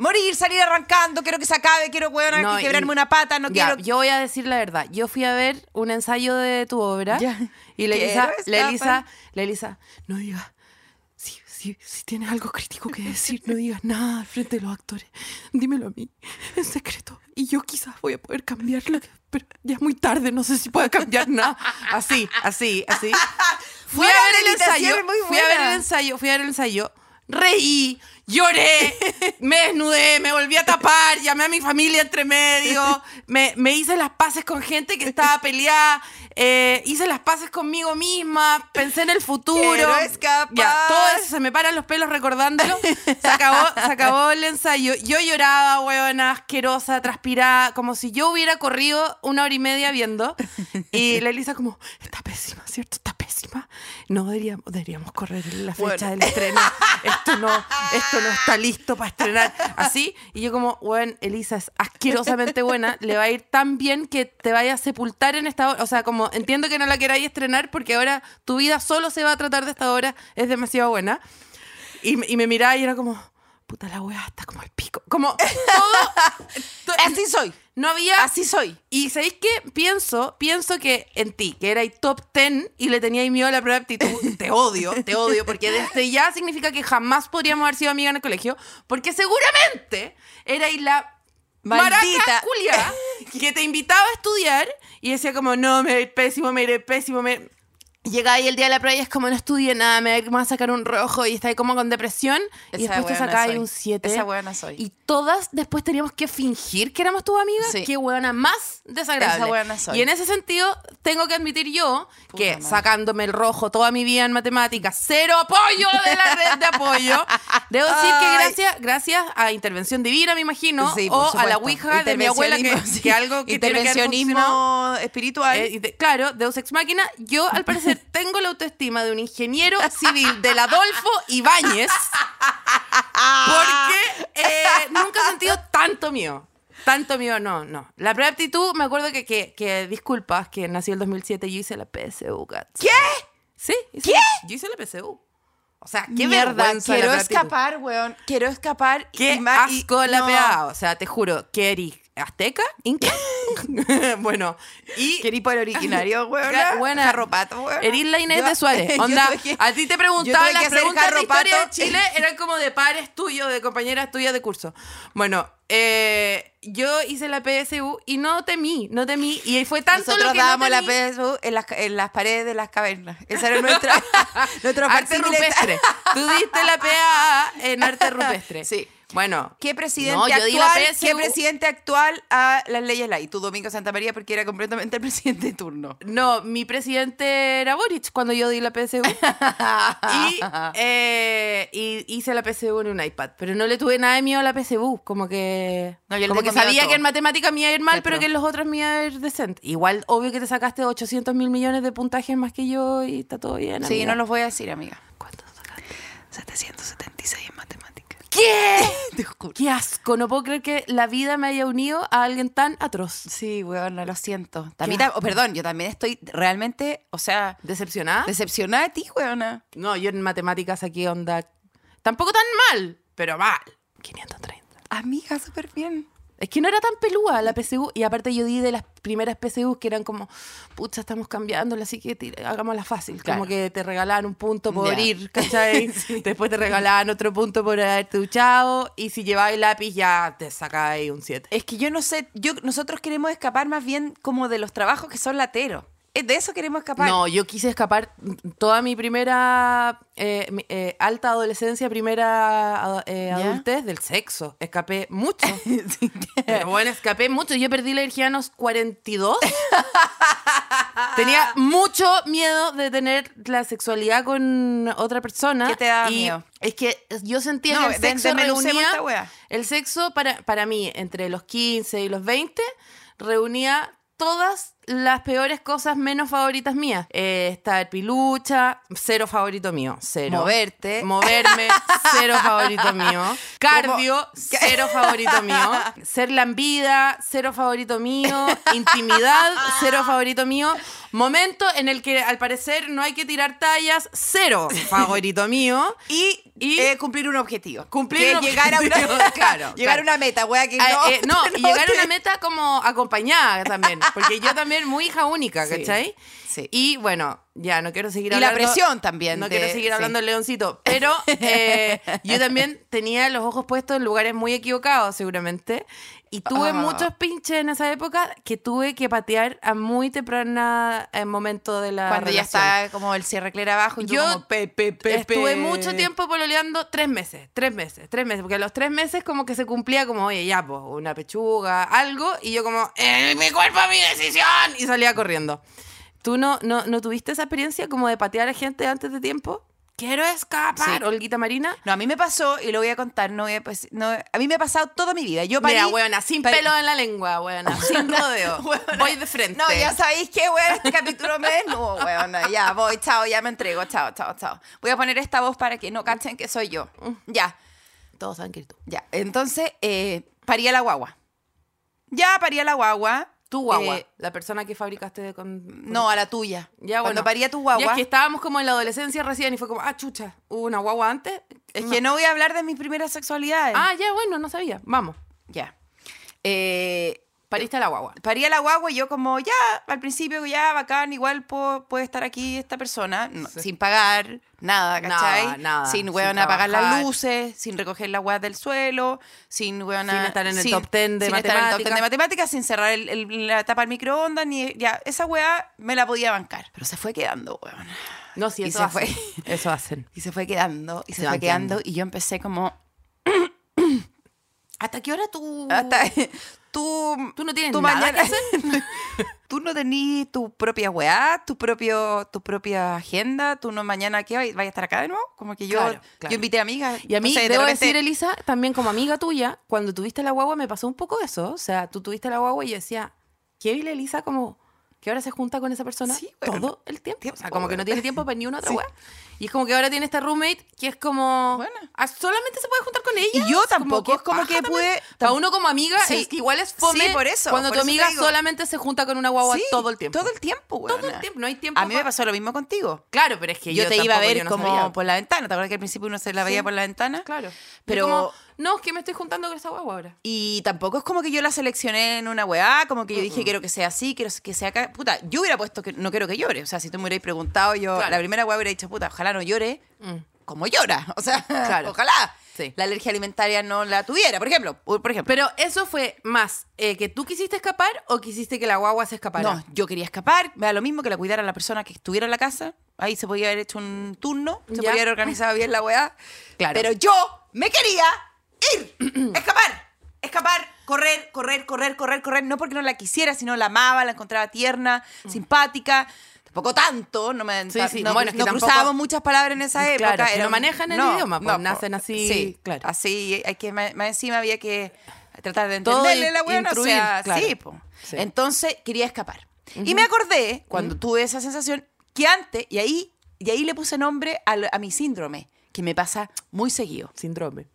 C: Morir, salir arrancando, quiero que se acabe, quiero, weón,
F: No,
C: que quebrarme
F: y-
C: una pata, no
F: Ya,
C: quiero...
F: Yo voy a decir la verdad. Yo fui a ver un ensayo de tu obra
C: Ya.
F: y
C: Quiero
F: la Elisa, la
C: escapar.
F: Elisa, la Elisa, no digas, si, si, si tienes algo crítico que decir, no digas nada al frente de los actores. Dímelo a mí, en secreto. Y yo quizás voy a poder cambiarlo, pero ya es muy tarde, no sé si pueda cambiar nada. Así, así, así. Fui a
C: Buena
F: ver el
C: habilitación,
F: ensayo,
C: muy
F: fui a ver el
C: buena.
F: ensayo, fui a ver el ensayo, reí, lloré, me desnudé, me volví a tapar, llamé a mi familia entre medio, me, me hice las paces con gente que estaba peleada, eh, hice las paces conmigo misma, pensé en el futuro.
C: Quiero escapar.
F: Ya, todo eso, se me paran los pelos recordándolo. Se acabó, se acabó el ensayo. Yo lloraba, huevona, asquerosa, transpirada, como si yo hubiera corrido una hora y media viendo. Y la Elisa como, está pésima, ¿cierto? Está pésima. No deberíamos, deberíamos correr la fecha del estreno. Esto no, esto no está listo para estrenar. Así. Y yo como, bueno, Elisa es asquerosamente buena. Le va a ir tan bien que te vaya a sepultar en esta hora. O sea, como entiendo que no la queráis estrenar porque ahora tu vida solo se va a tratar de esta hora. Es demasiado buena. Y, y me miraba y era como, puta la weá, está como el pico. Como todo. to-
C: Así soy,
F: no había.
C: así soy.
F: Y sabéis qué? Pienso, pienso que en ti, que erais top 10 y le teníais miedo a la prueba de aptitud. Te odio, te odio, porque desde ya significa que jamás podríamos haber sido amigas en el colegio, porque seguramente erais la maraca
C: Maldita.
F: culia que te invitaba a estudiar y decía como, no, me va a ir pésimo, me iré pésimo, me... Llegaba ahí el día de la prueba y es como, no estudié nada, me va a ir- me va a sacar un rojo y está ahí como con depresión y
C: Esa
F: después te
C: weona
F: sacaba ahí
C: soy.
F: un 7.
C: Esa weona soy.
F: Y todas después teníamos que fingir que éramos tus amigas.
C: Sí.
F: Qué hueona más desagradable.
C: Esa hueona soy.
F: Y en ese sentido, tengo que admitir yo
C: Puta
F: que
C: madre.
F: sacándome el rojo toda mi vida en matemáticas, cero apoyo de la red de apoyo. Debo decir que
C: Ay.
F: gracias, gracias a intervención divina, me imagino,
C: Sí, por
F: o a la
C: supuesto.
F: Ouija de mi abuela, que,
C: Intervencionismo, sí.
F: que algo que tiene que haber
C: Intervencionismo
F: funcionado,
C: espiritual.
F: eh, y de- claro, Deus Ex Máquina, yo al parecer tengo la autoestima de un ingeniero civil del Adolfo Ibáñez porque eh, nunca he sentido tanto mío. Tanto mío, no, no. La preaptitud, me acuerdo que, que, que, disculpas, que nació el 2007 yo hice la PSU, Gats.
C: ¿Qué?
F: Sí, hice- yo hice la PSU. O sea, qué
C: Mierda,
F: vergüenza la
C: quiero
F: preaptitud.
C: escapar, weón. Quiero escapar.
F: Qué
C: y ma- y-
F: asco la
C: no.
F: PA. O sea, te juro, que eres azteca, inca. bueno, y.
C: Querí por originario, weón.
F: Ca- buena.
C: Jarropato, weón.
F: Eris la Inés
C: Yo-
F: de Suárez.
C: yo
F: Onda,
C: tuve que-
F: a ti te
C: yo tuve
F: preguntaban
C: que
F: las
C: hacer
F: preguntas de
C: jarropato.
F: historia de Chile, eran como de pares tuyos, de compañeras tuyas de curso. Bueno, eh, yo hice la PSU y no temí, no temí. Y fue tanto
C: Nosotros
F: lo que no
C: dábamos la
F: temí.
C: PSU en las, en las paredes de las cavernas. Esa era nuestra, nuestro
F: Arte
C: facsímile.
F: rupestre. Tú diste la PA en arte rupestre.
C: Sí.
F: Bueno.
C: ¿Qué presidente,
F: No, yo di la
C: actual,
F: PSU.
C: ¿Qué presidente actual a las leyes la y tú, Domingo Santa María, porque era completamente el presidente de turno?
F: No, mi presidente era Boric cuando yo di la PSU. y, eh, y hice la PSU en un iPad. Pero no le tuve nada de miedo a la PSU. Como que,
C: No, yo le
F: como que
C: tengo miedo a
F: sabía
C: todo.
F: que en matemáticas me iba a ir
C: Sí,
F: mal, pero
C: pero-
F: que en los otros me iba a ir decente. Igual, obvio que te sacaste 800 mil millones de puntajes más que yo y está todo bien.
C: Sí,
F: amiga.
C: no los voy a decir, amiga.
F: ¿Cuánto sacaste?
C: 776 en matemáticas.
F: Qué asco. No puedo creer que la vida me haya unido a alguien tan atroz.
C: Sí, weón, no lo siento. También, tam- oh, perdón, yo también estoy realmente, o sea,
F: ¿Decepcionada?
C: decepcionada de ti, weona.
F: no, yo en matemáticas aquí onda. Tampoco tan mal, pero mal. 530.
C: Amiga, súper bien.
F: Es que no era tan pelúa la PSU. Y aparte yo di de las primeras PSU que eran como, pucha, estamos cambiándola, así que tira- hagámosla fácil.
C: Claro.
F: Como que te regalaban un punto por
C: Ya.
F: ir, ¿cachai? Después te regalaban otro punto por haberte duchado. Y si llevabas el lápiz ya te sacabas un 7.
C: Es que yo no sé, yo, nosotros queremos escapar más bien como de los trabajos que son lateros. Es de eso queremos escapar.
F: No, yo quise escapar toda mi primera eh, mi- eh, alta adolescencia, primera eh, adultez del sexo. Escapé mucho. Pero bueno, escapé mucho. Yo perdí la virginidad a los 42. Tenía mucho miedo de tener la sexualidad con otra persona.
C: ¿Qué te daba
F: Y
C: miedo?
F: Es que yo sentía
C: No,
F: que el
C: de-
F: sexo
C: desmenucemos
F: reunía-
C: esta wea.
F: el sexo para, para mí, entre los 15 y los 20, reunía todas las peores cosas menos favoritas mías. Eh, estar pilucha, cero favorito mío, cero.
C: Moverte.
F: Moverme, cero favorito mío. Cardio, cero favorito mío. Ser lambida, cero favorito mío. Intimidad, cero favorito mío. Momento en el que al parecer no hay que tirar tallas, cero favorito mío.
C: y
F: Y-
C: eh, cumplir un objetivo.
F: Cumplir
C: Que
F: un
C: llegar a una,
F: objetivo,
C: claro,
F: claro,
C: llegar
F: claro.
C: a una meta, wea, que
F: Ah,
C: no.
F: eh, no, y llegar a
C: te-
F: una meta como acompañada también, porque yo también muy hija única,
C: Sí,
F: ¿cachai?
C: sí.
F: Y bueno, ya no quiero seguir
C: Y la
F: hablando.
C: presión también
F: No
C: de-
F: quiero seguir
C: sí.
F: hablando del leoncito, pero eh, yo también tenía los ojos puestos en lugares muy equivocados, seguramente. Y tuve
C: Ah.
F: muchos pinches en esa época que tuve que patear a muy temprana eh, momento de la
C: Cuando ya
F: relación.
C: está como el cierre clara abajo y tú
F: Yo
C: como pe, pe, pe, pe.
F: Estuve mucho tiempo pololeando, tres meses, tres meses, tres meses, porque a los tres meses como que se cumplía como, oye, ya, pues, una pechuga, algo, y yo como, "Eh, mi cuerpo, mi decisión, y salía corriendo. ¿Tú no, no, no tuviste esa experiencia como de patear a gente antes de tiempo? Quiero escapar,
C: Sí.
F: Olguita Marina.
C: No, a mí me pasó, y lo voy a contar, no voy a, pues, no- a mí me ha pasado toda mi vida. Yo parí,
F: Mira, huevona, sin
C: parí-
F: pelo en la lengua, huevona, sin rodeo. Voy de frente.
C: No, ya sabéis que, weón, este capítulo me desnudo, weón. Ya, voy, chao, ya me entrego, chao, chao, chao. Voy a poner esta voz para que no cachen que soy yo.
F: Mm.
C: Ya,
F: Todos saben que eres tú.
C: ya. Entonces, eh, paría la guagua. Ya paría la guagua.
F: Tu guagua,
C: Eh,
F: la persona que fabricaste con... con-
C: no, a la tuya.
F: Ya,
C: Cuando
F: bueno.
C: paría tu
F: Ya
C: guagua.
F: es que estábamos como en la adolescencia recién y fue como, ah, chucha, hubo una guagua antes.
C: no voy a hablar de mis primeras sexualidades.
F: Ah, ya, bueno, no sabía. Vamos,
C: Ya. Eh,
F: pariste a la guagua.
C: paría la guagua y yo como, ya, al principio, ya, bacán, igual po- puede estar aquí esta persona, no, sin pagar nada, ¿cachai?
F: Nada, nada,
C: Sin,
F: sin
C: weón, apagar las
F: trabajar.
C: luces, sin recoger la guas del suelo, sin, weón,
F: Sin estar en el top 10 de
C: sin estar en el top 10 de
F: matemáticas.
C: matemáticas, sin cerrar el- el- la tapa del microondas, ni, ya, esa weá me la podía bancar. Pero se fue quedando, weón.
F: No, sí,
C: Y
F: eso
C: se
F: hacen. Eso hacen.
C: Y se fue quedando, y se,
F: Se
C: fue
F: van
C: quedando,
F: quedando.
C: y yo empecé como,
F: ¿Hasta qué hora tú...?
C: hasta, tú,
F: Tú no tienes
C: tú
F: nada
C: mañana-
F: que hacer.
C: tú no tenés tu propia weá, tu, propio, tu propia agenda, tú no mañana que vais, vais a estar acá de nuevo. Como que yo,
F: Claro, claro.
C: yo invité amigas.
F: Y a mí,
C: no sé, de
F: debo
C: repente-
F: decir, Elisa, también como amiga tuya, cuando tuviste la guagua me pasó un poco eso. O sea, tú tuviste la guagua y yo decía, ¿qué vi la Elisa como que ahora se junta con esa persona
C: Sí, bueno,
F: todo el tiempo. O sea,
C: tiempo,
F: como que
C: bueno.
F: no tiene tiempo para ni una otra
C: Sí.
F: weá. Y es como que ahora tiene esta roommate que es como.
C: Buena.
F: ah, solamente se puede juntar con ella.
C: Y yo
F: Es como
C: tampoco,
F: que
C: es como
F: paja
C: que
F: también.
C: pude-
F: Para uno como amiga,
C: Sí.
F: es que igual es fome.
C: Sí, por eso,
F: Cuando
C: por
F: tu
C: eso te
F: amiga
C: digo.
F: solamente se junta con una guagua
C: Sí,
F: todo el tiempo.
C: Todo el tiempo, güey.
F: Todo el tiempo, no hay tiempo
C: A mí me
F: pa-
C: pasó lo mismo contigo.
F: Claro, pero es que yo,
C: yo, te iba a
F: tampoco,
C: ver
F: yo no
C: como
F: sabía.
C: por la ventana. ¿Te acuerdas que al principio uno se la veía
F: Sí.
C: por la ventana?
F: Claro. Pero.
C: Pero-
F: no, es que me estoy juntando con esa guagua ahora.
C: Y tampoco es como que yo la seleccioné en una weá, como que yo dije quiero que sea así, quiero que sea acá. Puta, yo hubiera puesto que no quiero que llore. O sea, si tú me hubierais preguntado, yo
F: Claro.
C: la primera weá hubiera dicho, puta, ojalá no llore
F: Mm.
C: como llora. O sea,
F: Claro.
C: ojalá
F: Sí.
C: la alergia alimentaria no la tuviera, por ejemplo. u- Por ejemplo.
F: Pero eso fue más eh, que tú quisiste escapar o quisiste que la guagua se escapara.
C: No, yo quería escapar, me da lo mismo que la cuidara la persona que estuviera en la casa. Ahí se podía haber hecho un turno, se
F: Ya.
C: podía haber organizado bien la weá.
F: Claro.
C: Pero yo me quería ir, escapar, escapar, correr, correr, correr, correr, correr. No porque no la quisiera, sino la amaba, la encontraba tierna, simpática. Tampoco tanto, no me
F: Mm. Sí, sí,
C: no,
F: bueno, es que
C: no
F: tampoco-
C: cruzábamos muchas palabras en esa época.
F: Claro, si no
C: un-
F: manejan el idioma, pues, nacen así,
C: Sí,
F: claro.
C: Así, hay que, más más encima había que tratar de
F: Todo
C: entenderle
F: in-
C: la weá, o
F: intruir,
C: sea,
F: claro.
C: sí, po.
F: Sí.
C: Entonces quería escapar. Y me acordé, cuando tuve esa sensación, que antes, y ahí, y ahí le puse nombre al- a, mi síndrome, que me pasa muy seguido.
F: Síndrome.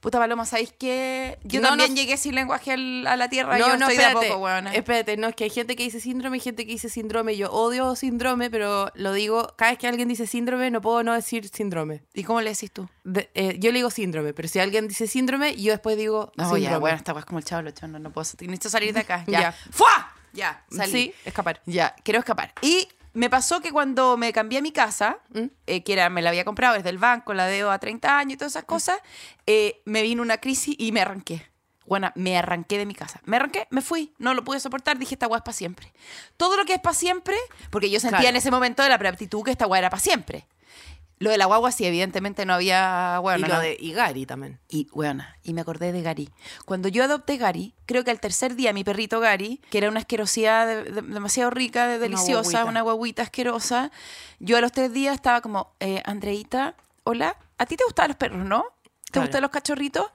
C: Puta Paloma, ¿sabéis que yo
F: No,
C: también
F: no.
C: llegué sin lenguaje al- a la tierra?
F: No,
C: yo
F: no,
C: estoy de a
F: espérate.
C: poco, weona.
F: espérate, no, es que hay gente que dice síndrome y gente que dice síndrome. Yo odio síndrome, pero lo digo, cada vez que alguien dice síndrome, no puedo no decir síndrome.
C: ¿Y cómo le decís tú?
F: De- eh, yo le digo síndrome, pero si alguien dice síndrome, yo después digo
C: No,
F: síndrome.
C: ya, bueno, esta weá es como el chavo, locho, no, no puedo, necesito salir de acá,
F: Ya.
C: ya. ¡Fua! Ya, salí.
F: Sí, escapar.
C: Ya, quiero escapar. Y me pasó que cuando me cambié a mi casa,
F: Mm.
C: eh, que era, me la había comprado desde el banco, la debo a 30 años y todas esas
F: Mm.
C: cosas, eh, me vino una crisis y me arranqué. Bueno, me arranqué de mi casa. Me arranqué, me fui. No lo pude soportar. Dije, esta guay es para siempre. Todo lo que es para siempre, porque yo sentía
F: Claro.
C: en ese momento de la preaptitud que esta guay era para siempre. Lo de la guagua sí, evidentemente no había...
F: y
C: Bueno,
F: lo de Igari también.
C: y, weona, y me acordé de Gary. Cuando yo adopté Gary, creo que al tercer día mi perrito Gary, que era una asquerosidad de- de- demasiado rica, de deliciosa,
F: guagüita.
C: una guaguita asquerosa, yo a los tres días estaba como, eh, Andreita, hola, ¿a ti te gustaban los perros, no? ¿Te
F: Claro.
C: gustan los cachorritos?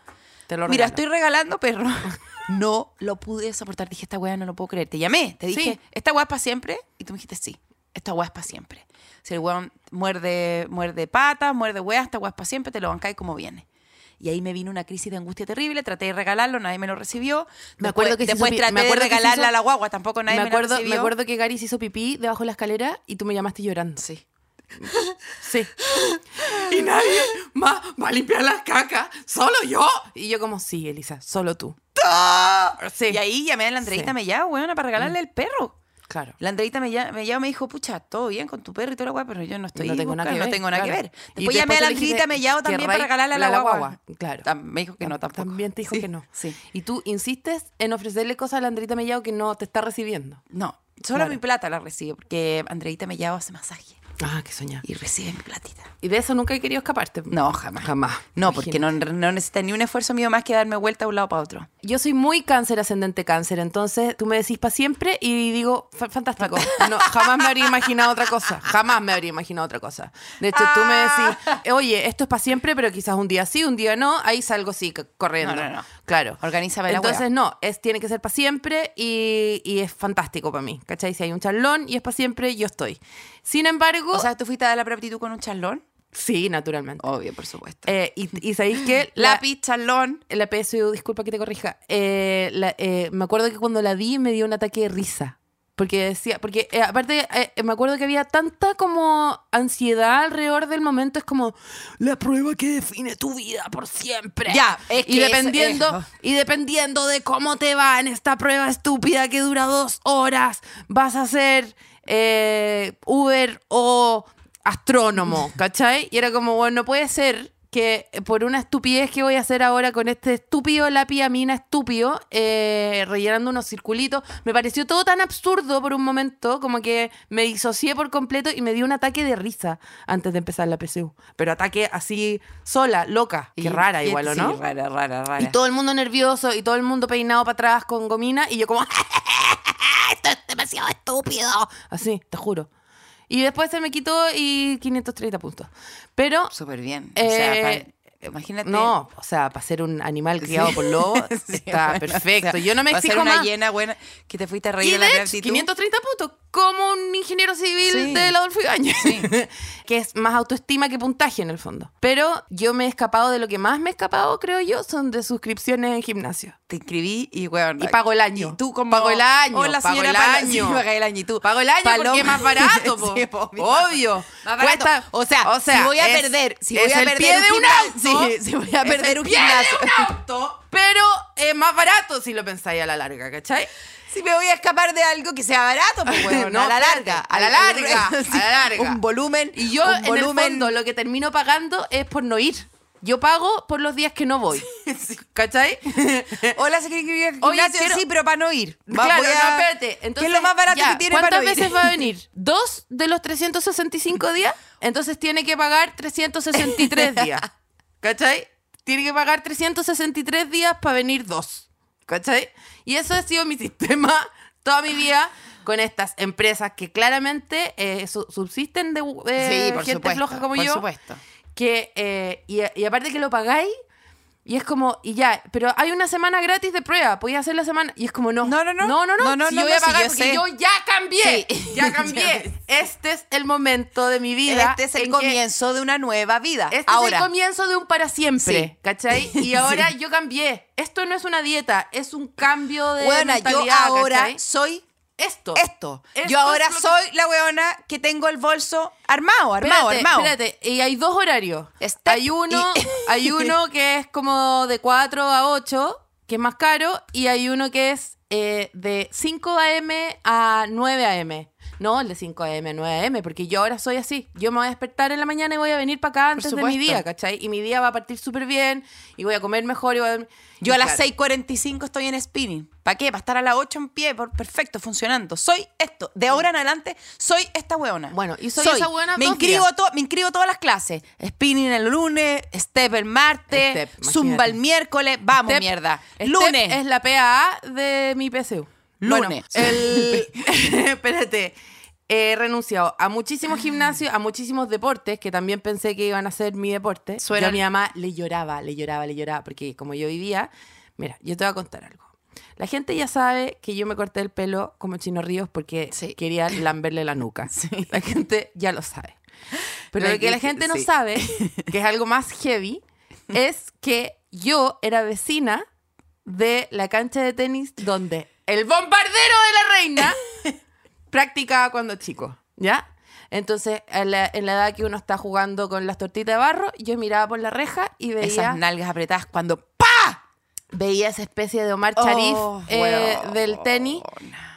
F: Te lo
C: Mira,
F: regalo.
C: estoy regalando perro. No lo pude soportar. Dije, esta weá no lo puedo creer. Te llamé, te dije,
F: Sí.
C: ¿esta weá es para siempre? Y tú me dijiste, sí, esta weá es para siempre. Si el weón muerde, muerde patas, muerde weá, esta weá es para siempre, te lo bancáis como viene. Y ahí me vino una crisis de angustia terrible, traté de regalarlo, nadie me lo recibió.
F: Me acuerdo que
C: después, después
F: se hizo pi-
C: traté
F: me acuerdo
C: de
F: que se
C: regalarla
F: hizo-
C: a la guagua, tampoco nadie
F: me
C: me,
F: acuerdo,
C: lo recibió.
F: Me acuerdo que Gary se hizo pipí debajo de la escalera y tú me llamaste llorando. Sí. Sí. y nadie más va a limpiar las cacas, solo yo. Y yo como, sí, Elisa, solo tú. Sí.
C: Y ahí llamé a la Andreita
F: Sí. Mm.
C: Mellado, weona, para regalarle el perro.
F: Claro.
C: La Andreita me, lla- me llama y me dijo, pucha, todo bien con tu perro y toda la guay, pero yo no estoy
F: No tengo nada
C: buscando,
F: que ver,
C: no tengo nada
F: claro.
C: que ver.
F: Y
C: Después llamé a la
F: después tú le
C: Andreita
F: dijiste,
C: Mellado también para
F: "Querráis
C: regalarle a la,
F: la
C: guagua.
F: guagua, claro.
C: Tam- me dijo que no tampoco.
F: También te dijo
C: Sí,
F: que no.
C: Sí.
F: Y tú insistes en ofrecerle cosas a la Andrita Mellado que no te está recibiendo.
C: No, solo
F: Claro.
C: mi plata la recibe, porque Andreita Mellado hace masaje
F: Ah, qué soñada.
C: y recibe mi platita.
F: Y de eso nunca he querido escaparte.
C: No, jamás.
F: Jamás.
C: No, porque no, no necesita ni un esfuerzo mío más que darme vuelta de un lado para otro.
F: Yo soy muy cáncer ascendente cáncer, entonces tú me decís para siempre y digo, "Fa- fantástico. No, jamás me habría imaginado otra cosa. Jamás me habría imaginado otra cosa. De hecho, tú me
C: Ah.
F: decís, eh, oye, esto es para siempre, pero quizás un día sí, un día no, ahí salgo sí, c- corriendo.
C: No, no, no.
F: Claro.
C: Organízame la
F: Entonces,
C: wea.
F: no, es, tiene que ser para siempre y, y es fantástico para mí. ¿Cachai? Si hay un charlón y es para siempre, yo estoy. Sin embargo,
C: O sea, ¿tú fuiste a dar la preaptitud con un charlón?
F: sí, naturalmente.
C: Obvio, por supuesto.
F: Eh, y, y sabéis que
C: Lápiz, charlón.
F: la PSU, disculpa que te corrija. eh, la- eh, me acuerdo que cuando la vi me dio un ataque de risa. Porque decía, porque eh, aparte eh, me acuerdo que había tanta como ansiedad alrededor del momento, es como la prueba que define tu vida por siempre.
C: Ya, es
F: y
C: que es-
F: dependiendo,
C: eh,
F: y dependiendo de cómo te va en esta prueba estúpida que dura dos horas, vas a ser eh, Uber o astrónomo, ¿cachai? Y era como, bueno, no puede ser que eh, por una estupidez que voy a hacer ahora con este estúpido lápiz a mina estúpido, eh, rellenando unos circulitos, me pareció todo tan absurdo por un momento, como que me disocié por completo y me dio un ataque de risa antes de empezar la PSU. Pero ataque así sola, loca,
C: Y-
F: que rara
C: y-
F: igual, ¿o
C: sí,
F: no?
C: rara, rara, rara.
F: Y todo el mundo nervioso y todo el mundo peinado para atrás con gomina y yo como, esto es demasiado estúpido. Así, te juro. Y después se me quitó y 530 puntos. Pero
C: Súper bien. o
F: eh,
C: sea, pa- Imagínate.
F: No, o sea, para ser un animal criado
C: Sí.
F: por lobos
C: Sí,
F: está
C: bueno,
F: perfecto.
C: o sea,
F: Yo no me
C: va a ser
F: exijo
C: una
F: más.
C: llena buena que te fuiste a reír
F: Y
C: de la
F: de hecho,
C: actitud.
F: 530 puntos, como un ingeniero civil
C: Sí.
F: del Adolfo Ibañez. que es más autoestima que puntaje en el fondo. Pero yo me he escapado de lo que más me he escapado, creo yo, son de suscripciones en gimnasio.
C: Te inscribí y, weón.
F: Y pago el año.
C: Y tú como.
F: Pago el año,
C: Hola,
F: pago
C: señora
F: el
C: Pala-
F: año.
C: Sí, paga el año. Y tú.
F: Pago el año
C: paloma.
F: porque es más barato, po.
C: Sí, po,
F: obvio.
C: Más barato.
F: Cuesta-
C: o, sea, si voy a
F: es-
C: perder. Si
F: es
C: voy a
F: el
C: perder
F: pie
C: un
F: de un
C: gimnasio-
F: auto.
C: Sí, si voy a
F: es
C: perder
F: el
C: un
F: pie
C: gimnasio.
F: de un auto, pero es más barato si lo pensáis a la larga, ¿cachai?
C: Si me voy a escapar de algo que sea barato, pues weón,
F: No,
C: a la
F: espérate,
C: larga.
F: a la larga,
C: Sí,
F: a la larga.
C: Un volumen.
F: Y yo,
C: un
F: en el
C: volumen,
F: fondo, lo que termino pagando es por no ir. Yo pago por los días que no voy. ¿Cachai?
C: Hola, se quiere inscribir al
F: Oye,
C: gimnasio.
F: quiero-
C: Sí, pero para no ir. Va-
F: claro,
C: voy a-
F: no, espérate.
C: ¿Qué
F: Entonces,
C: es lo más barato
F: ya,
C: que tiene
F: ¿Cuántas
C: para no ir?
F: veces va a venir? ¿Dos de los 365 días? Entonces tiene que pagar 363 días. ¿Cachai? Tiene que pagar 363 días para venir dos. ¿Cachai? Y eso ha sido mi sistema toda mi vida con estas empresas que claramente eh, su- subsisten de eh,
C: Sí, por
F: gente
C: supuesto,
F: floja como
C: por
F: yo
C: supuesto.
F: que eh, y, y aparte que lo pagáis y es como y ya pero hay una semana gratis de prueba podía hacer la semana y es como no
C: No, no, no.
F: no no no,
C: No, no,
F: si
C: no,
F: yo voy a
C: no, si
F: pagar
C: yo
F: porque
C: sé.
F: yo ya cambié
C: Sí.
F: ya cambié este es el momento de mi vida
C: Este es
F: en
C: el
F: que-
C: comienzo de una nueva vida.
F: este
C: Ahora.
F: es el comienzo de un para siempre
C: Sí.
F: ¿cachai? y ahora yo cambié esto no es una dieta es un cambio de
C: Weona, yo
F: mentalidad,
C: ahora
F: ¿cachai?
C: soy
F: esto
C: esto.
F: Esto
C: yo ahora
F: es lo que-
C: soy la weona que tengo el bolso armado, armado,
F: Espérate,
C: armado.
F: espérate. Y hay dos horarios.
C: Step
F: hay uno,
C: y-
F: hay uno que es como de 4 a 8, que es más caro, y hay uno que es eh, de 5 a.m. a 9 a.m. No, el de 5 a.m. a 9 a.m., porque yo ahora soy así. Yo me voy a despertar en la mañana y voy a venir para acá antes de mi
C: supuesto.
F: día, ¿cachai? Y mi día va a partir súper bien, y voy a comer mejor, y voy a dormir.
C: Yo
F: Y
C: a las
F: claro,
C: 6.45 estoy en spinning. ¿Para qué? Para estar a las 8 en pie, por perfecto, funcionando. Soy esto. De ahora en adelante, soy esta weona.
F: Bueno, y soy esa weona
C: Me
F: dos
C: inscribo,
F: días.
C: to- me inscribo todas las clases. Spinning el lunes, step el martes,
F: Step, imagínate.
C: zumba el miércoles. Vamos,
F: Step-
C: mierda.
F: Step
C: lunes.
F: Este es la PAA de mi PSU. Bueno,
C: Lunes.
F: el- espérate. He renunciado a muchísimos
C: Ah.
F: gimnasios, a muchísimos deportes que también pensé que iban a ser mi deporte.
C: Suena-
F: Yo a mi mamá le lloraba, le lloraba, le lloraba, porque como yo vivía, mira, yo te voy a contar algo. La gente ya sabe que yo me corté el pelo como Chino Ríos porque
C: Sí.
F: quería lamberle la nuca. La gente ya lo sabe. Pero
C: No,
F: lo que
C: que-
F: la gente no
C: sí.
F: sabe, que es algo más heavy, es que yo era vecina de la cancha de tenis donde el bombardero de la reina practicaba cuando chico, ¿ya? Entonces, en la, en la edad que uno está jugando con las tortitas de barro, yo miraba por la reja y
C: Esas
F: veía,
C: nalgas apretadas cuando ¡pa!
F: veía esa especie de Omar Sharif
C: Oh,
F: eh,
C: weona.
F: del tenis.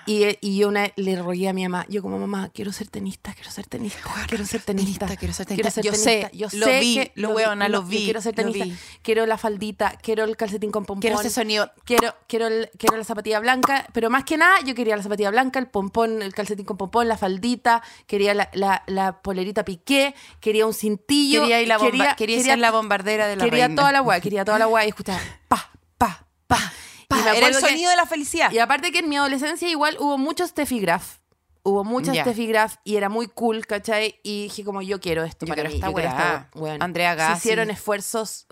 F: Y, y yo una, le rogué a mi mamá, yo como mamá, quiero ser tenista, quiero ser tenista, quiero ser tenista,
D: tenista, quiero ser
F: quiero
D: tenista".
F: ser
C: Yo
F: tenista.
C: sé, lo vi,
F: que-
C: lo weona, lo
F: yo
C: vi,
F: Quiero ser
C: lo
F: tenista,
C: vi.
F: quiero la faldita, quiero el calcetín con pompón.
C: Quiero ese sonido.
F: Quiero, quiero, el- quiero la zapatilla blanca, pero más que nada yo quería la zapatilla blanca, el pompón, el calcetín con pompón, la faldita, quería la, la, la polerita piqué, quería un cintillo.
C: Quería ir la bomba,
F: quería-
C: quería,
F: quería
C: ser la bombardera de la
F: Quería
C: reina.
F: toda la weá, quería toda la weá y escuchaba pa, pa, pa,
C: Pa,
F: Y
C: era
F: me
C: el
F: acuerdo que-
C: sonido de la felicidad.
F: y aparte que en mi adolescencia igual hubo muchos Steffi Graf. Hubo muchas
C: Ya.
F: Steffi Graf y era muy cool, ¿cachai? Y dije como, yo quiero esto
C: Yo quiero
F: para mí.
C: esta
F: yo quiero
C: weá.
F: esta weá. Bueno,
C: Andrea
F: se
C: Gassi.
F: Hicieron esfuerzos